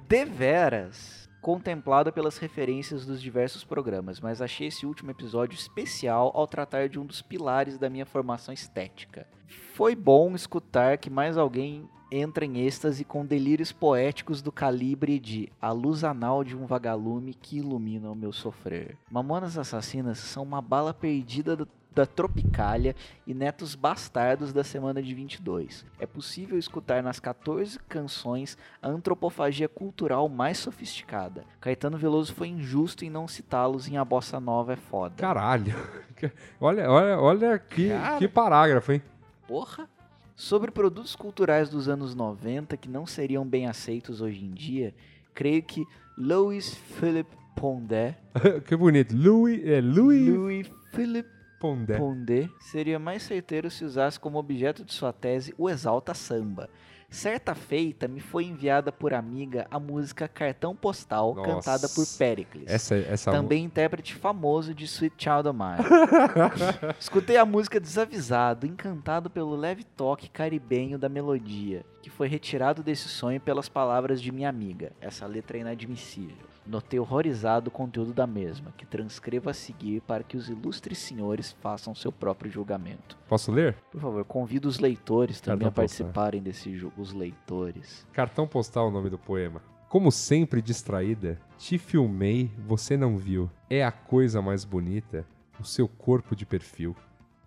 deveras contemplado pelas referências dos diversos programas, mas achei esse último episódio especial ao tratar de um dos pilares da minha formação estética. Foi bom escutar que mais alguém entra em êxtase com delírios poéticos do calibre de a luz anal de um vagalume que ilumina o meu sofrer. Mamonas Assassinas são uma bala perdida do- da Tropicália e Netos Bastardos da semana de 22. É possível escutar nas 14 canções a antropofagia cultural mais sofisticada. Caetano Veloso foi injusto em não citá-los em A Bossa Nova é Foda. Caralho. [laughs] Olha, olha, olha que, Cara. que parágrafo, hein? [laughs] Porra! Sobre produtos culturais dos anos 90 que não seriam bem aceitos hoje em dia, creio que Louis Philippe Pondé, que bonito. Louis. É Louis. Louis Philippe Pondé. Pondé seria mais certeiro se usasse como objeto de sua tese o Exalta Samba. Certa feita me foi enviada por amiga a música Cartão Postal, Nossa. cantada por Pericles. Essa, essa Também intérprete famoso de Sweet Child O' Mine. Escutei a música desavisado, encantado pelo leve toque caribenho da melodia, que foi retirado desse sonho pelas palavras de minha amiga. Essa letra é inadmissível. Notei horrorizado o conteúdo da mesma, que transcrevo a seguir para que os ilustres senhores façam seu próprio julgamento. Posso ler? Por favor, convido os leitores também Cartão a participarem desse jogo. Os leitores. Cartão postal é o nome do poema. Como sempre distraída, te filmei, você não viu. É a coisa mais bonita, o seu corpo de perfil.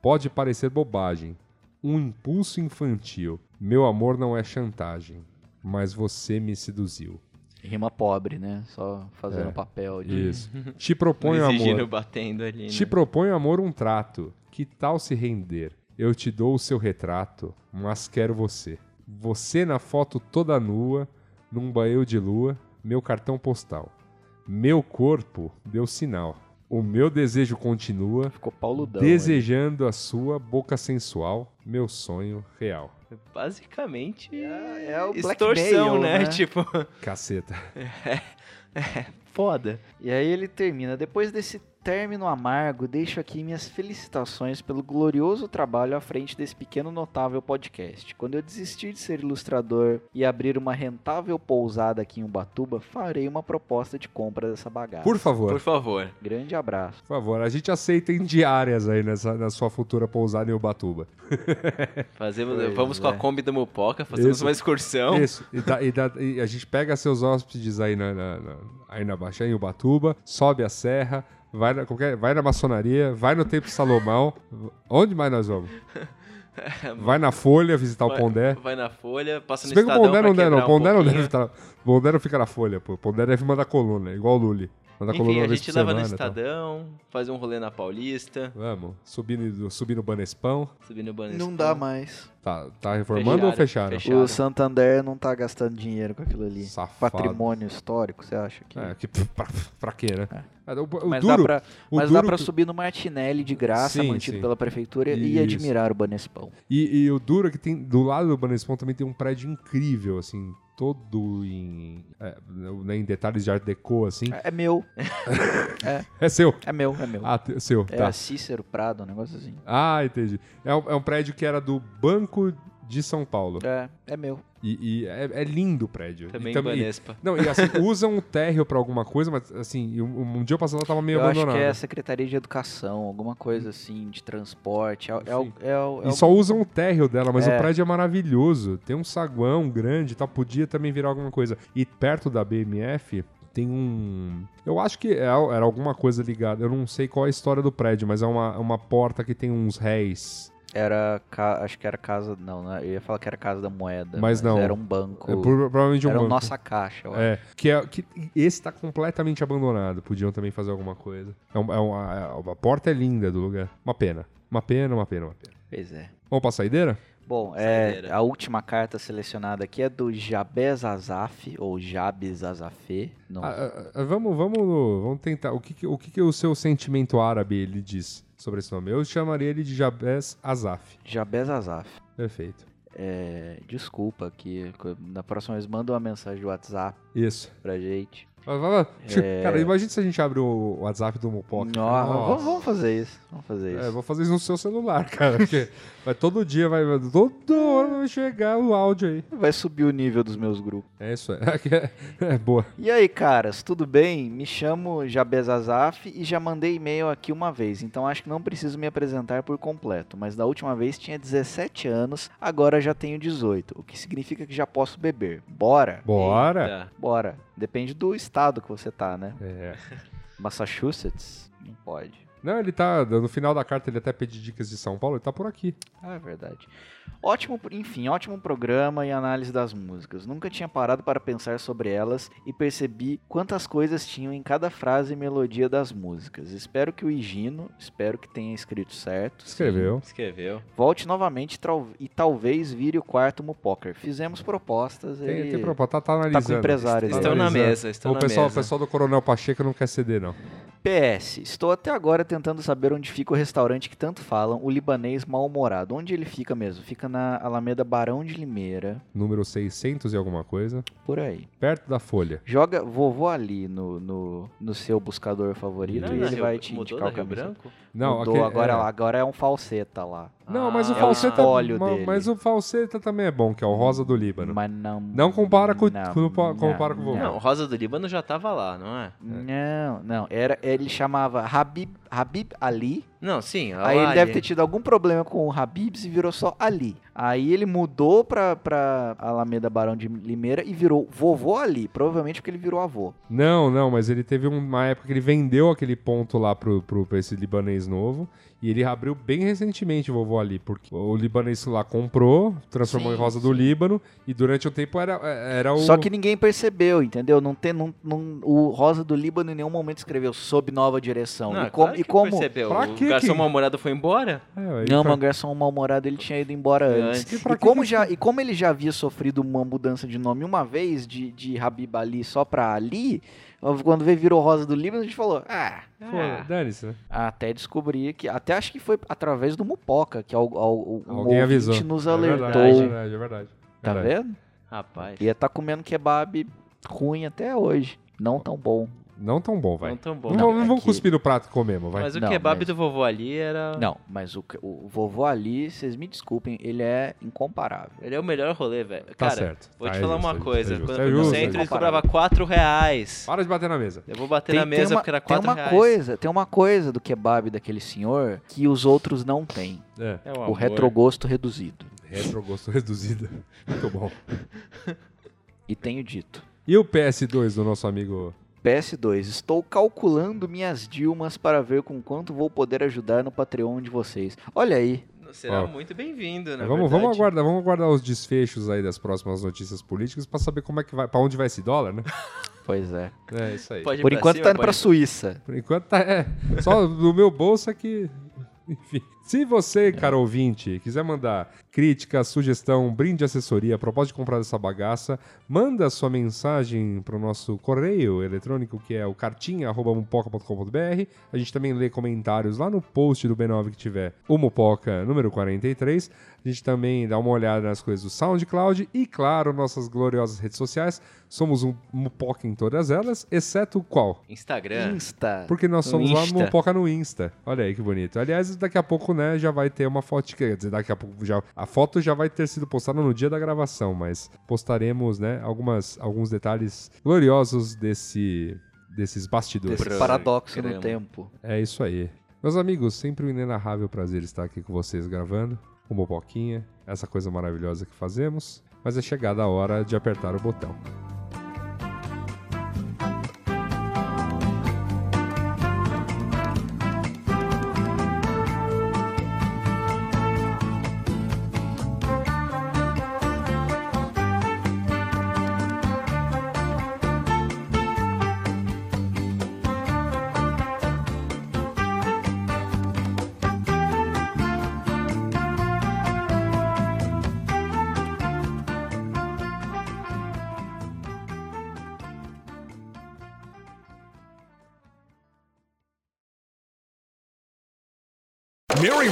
Pode parecer bobagem, um impulso infantil. Meu amor não é chantagem, mas você me seduziu. Rima pobre, né? Só fazendo É, papel de. Isso. Te proponho exigindo amor. batendo ali, Te né? proponho amor um trato. Que tal se render? Eu te dou o seu retrato, mas quero você. Você na foto toda nua, num banho de lua, meu cartão postal. Meu corpo deu sinal. O meu desejo continua, Ficou pauludão. aí. desejando a sua boca sensual, meu sonho real. Basicamente, É- é o extorsão, blackmail, né? né? [laughs] Tipo, Caceta. foda. E aí ele termina. Depois desse término amargo, deixo aqui minhas felicitações pelo glorioso trabalho à frente desse pequeno notável podcast. Quando eu desistir de ser ilustrador e abrir uma rentável pousada aqui em Ubatuba, farei uma proposta de compra dessa bagaça. Por favor, Por por favor. Grande abraço. favor, a gente aceita em diárias aí nessa, na sua futura pousada em Ubatuba. Fazemos, Pois vamos com a é. Kombi da Mupoca, fazemos Isso. uma excursão. Isso. E, dá- e dá- e a gente pega seus hóspedes aí na, na, na, aí na Baixada, em Ubatuba, sobe a serra, vai na, qualquer- vai na maçonaria, vai no Templo Salomão. Onde mais nós [laughs] vamos? Vai na Folha visitar o Pondé. Vai na Folha, passa Se no bem que o Estadão Pondé pra não der, não. quebrar O um Pondé não deve tá pouquinho. estar. O Pondé não fica na Folha, pô. O Pondé deve mandar coluna, igual o Luli. Manda coluna Enfim, a uma vez gente por leva no semana tá? e tal. Estadão, faz um rolê na Paulista, Vamos. Subir no, subir no Banespão. subir no Banespa. Não dá mais. Tá, tá reformando ou fecharam? Fecharam. O Santander não tá gastando dinheiro com aquilo ali. Safado. Patrimônio histórico, você acha que. É, que, pra, pra quê, né? O, o É. Mas duro, dá pra, o mas dá duro é pra que- subir no Martinelli de graça, Sim, mantido sim. pela prefeitura, e Isso. admirar o Banespão. E, e o duro é que tem do lado do Banespão também tem um prédio incrível, assim, todo em, é, né, em detalhes de art deco, assim. É meu, [laughs] É seu. é meu, é meu. Ah, te- seu, É tá. Cícero Prado, um negócio assim. Ah, entendi. É um, é um prédio que era do Banco de São Paulo. É, é meu. E, e é, é lindo o prédio. Também, e também e- Banespa. Não, e assim, [laughs] usam um térreo pra alguma coisa, mas assim, e um, um dia eu passei lá tava meio Eu acho abandonado. que é a Secretaria de Educação, alguma coisa assim, de transporte. É, o- é, o- é, o- é E o- só usam o térreo dela, mas É. o prédio é maravilhoso. Tem um saguão grande e tal. Podia também virar alguma coisa. E perto da BMF tem um. Eu acho que é- era alguma coisa ligada. Eu não sei qual é a história do prédio, mas é uma, uma porta que tem uns réis. Era, ca- acho que era casa, não, né? eu ia falar que era casa da moeda. Mas não. Era um banco. É pro- provavelmente um era o banco. Nossa Caixa, eu acho. É, que é que esse tá completamente abandonado. Podiam também fazer alguma coisa. É um- é uma, é uma- a porta é linda do lugar. Uma pena. Uma pena, uma pena, uma pena. Pois é. Vamos pra saideira? Bom, é, Saideira. a última carta selecionada aqui é do Jabez Azaf, ou Jabes Azafê. Não, Ah, ah, ah, vamos, vamos, no- vamos tentar. O que, que- o que, que o seu sentimento árabe ele diz sobre esse nome? Eu chamaria ele de Jabez Azaf. Jabez Azaf. Perfeito. É, desculpa que que na próxima vez manda uma mensagem do WhatsApp Isso. pra gente. Vai, vai, vai. Cara, imagina se a gente abre o WhatsApp do Mupoca. É. Nossa, Nossa. Vamos, vamos fazer isso. Vamos fazer É, isso. vou fazer isso no seu celular, [laughs] cara. Porque vai todo dia, vai. vai- Toda hora vai chegar o áudio aí. Vai subir o nível dos meus grupos. É [laughs] isso aí. É, boa. E aí, caras, tudo bem? Me chamo Jabez Azaf e já mandei e-mail aqui uma vez, então acho que não preciso me apresentar por completo, mas da última vez tinha 17 anos, agora já tenho 18, o que significa que já posso beber. Bora! é. Bora. Tá. Bora. Depende do estado que você tá, né? É. Massachusetts? Não pode. Não, ele tá. No final da carta, ele até pede dicas de São Paulo, ele tá por aqui. Ah, é verdade. Ótimo, enfim, ótimo programa e análise das músicas. Nunca tinha parado para pensar sobre elas e percebi quantas coisas tinham em cada frase e melodia das músicas. Espero que o Higino, espero que tenha escrito certo. Escreveu. Escreveu. Volte novamente trau- e talvez vire o quarto Mupoker. Fizemos propostas Tem, ele tem proposta, tá, tá com analisando. empresário. Tá Estão dele. na analisando. mesa, estão o na pessoal, o mesa. pessoal do Coronel Pacheco não quer ceder, não. PS, estou até agora tentando saber onde fica o restaurante que tanto falam, o libanês mal-humorado. Onde ele fica mesmo? Fica na Alameda Barão de Limeira, Número 600 e alguma coisa. por aí. Perto da folha. Joga vovô ali no, no, no seu buscador favorito e ele vai te indicar o Rio caminho. Branco? Não, Mudou, aquele- agora, é. lá, agora é um falseta lá. Não, mas o Ah, é o falseta. espólio ma- dele. Mas o falseta também é bom, que é o rosa do Líbano. Mas não. Não compara com- não, com- com- não, compara com o vovô. Não, Rosa do Líbano já tava lá, não é? Não, não. Era, ele chamava Habib, Habib Ali. Não, sim. a aí ele Lali. deve ter tido algum problema com o Habib e virou só Ali. Aí ele mudou pra, pra Alameda Barão de Limeira e virou vovô Ali. Provavelmente porque ele virou avô. Não, não, mas ele teve um- uma época que ele vendeu aquele ponto lá pro, pro, pra esse libanês novo. E ele abriu bem recentemente o vovô ali, porque o libanês lá comprou, transformou Sim, em rosa do Líbano, e durante o tempo era, é, era o. Só que ninguém percebeu, entendeu? Não tem, não, não- o Rosa do Líbano em nenhum momento escreveu sob nova direção. Não, um. é e como. claro e que como Percebeu. Pra o que garçom que- mal-humorado foi embora? É, aí Não, pra- mas o garçom mal-humorado ele tinha ido embora Antes. antes. E pra E que como, que- já, e como ele já havia sofrido uma mudança de nome uma vez, de, de Habib Ali só pra Ali, quando veio virou Rosa do Líbano, a gente falou, ah... Pô, É. Dane-se, né? Até descobri que... Até acho que foi através do Mupoca, que al, al, um Alguém ouvinte avisou. nos É alertou. verdade, é verdade. É verdade. tá Verdade. vendo? Rapaz. Ia tá comendo kebab ruim até hoje. Não tão bom. Não tão bom, vai. Não Não, tão bom. vamos não, é vamos que- cuspir no prato e comemos, vai. Mas o Não, kebab mas- do vovô ali era. Não, mas o, que- o vovô Ali, vocês me desculpem, ele é incomparável. Ele é o melhor rolê, velho. Tá Cara, certo. vou Tá, te é falar justo, é uma justo, coisa. é justo, Quando é no justo, é centro eles justo. cobravam 4 reais. Para de bater na mesa. Eu vou bater Tem- na tem mesa uma- porque era tem 4 uma reais. coisa tem uma coisa do kebab daquele senhor que os outros não têm É. É o amor. retrogosto reduzido É. Retrogosto [laughs] reduzido. Muito bom. e tenho dito E o PS2 do nosso amigo. PS2 estou calculando minhas Dilmas para ver com quanto vou poder ajudar no Patreon de vocês olha aí Será Ó. muito bem-vindo, né? Vamos, vamos aguardar, vamos aguardar os desfechos aí das próximas notícias políticas pra saber como é que vai, para onde vai esse dólar, né? pois é É isso aí. Pode ir por pra enquanto cima, tá indo pode para ir Suíça Por enquanto tá, é, só do meu bolso é que enfim. Se você, cara ouvinte, quiser mandar crítica, sugestão, brinde, assessoria, proposta de comprar essa bagaça, manda sua mensagem pro nosso correio eletrônico, que é o cartinha.mupoca.com.br. A gente também lê comentários lá no post do B9 que tiver o Mupoca número 43. A gente também dá uma olhada nas coisas do SoundCloud e, claro, nossas gloriosas redes sociais. Somos um Mupoca em todas elas, exceto qual? Instagram. Insta Porque nós No somos lá Insta. no Mopoca no Insta. Olha aí que bonito. Aliás, daqui a pouco, né, já vai ter uma foto. Quer dizer, daqui a pouco já. A foto já vai ter sido postada no dia da gravação, mas postaremos, né, algumas, alguns detalhes gloriosos desse, desses bastidores. desse Pro- paradoxo Crema. no tempo É isso aí. Meus amigos, sempre um inenarrável prazer estar aqui com vocês gravando. Uma Mopoquinha, essa coisa maravilhosa que fazemos. Mas é chegada a hora de apertar o botão. Mary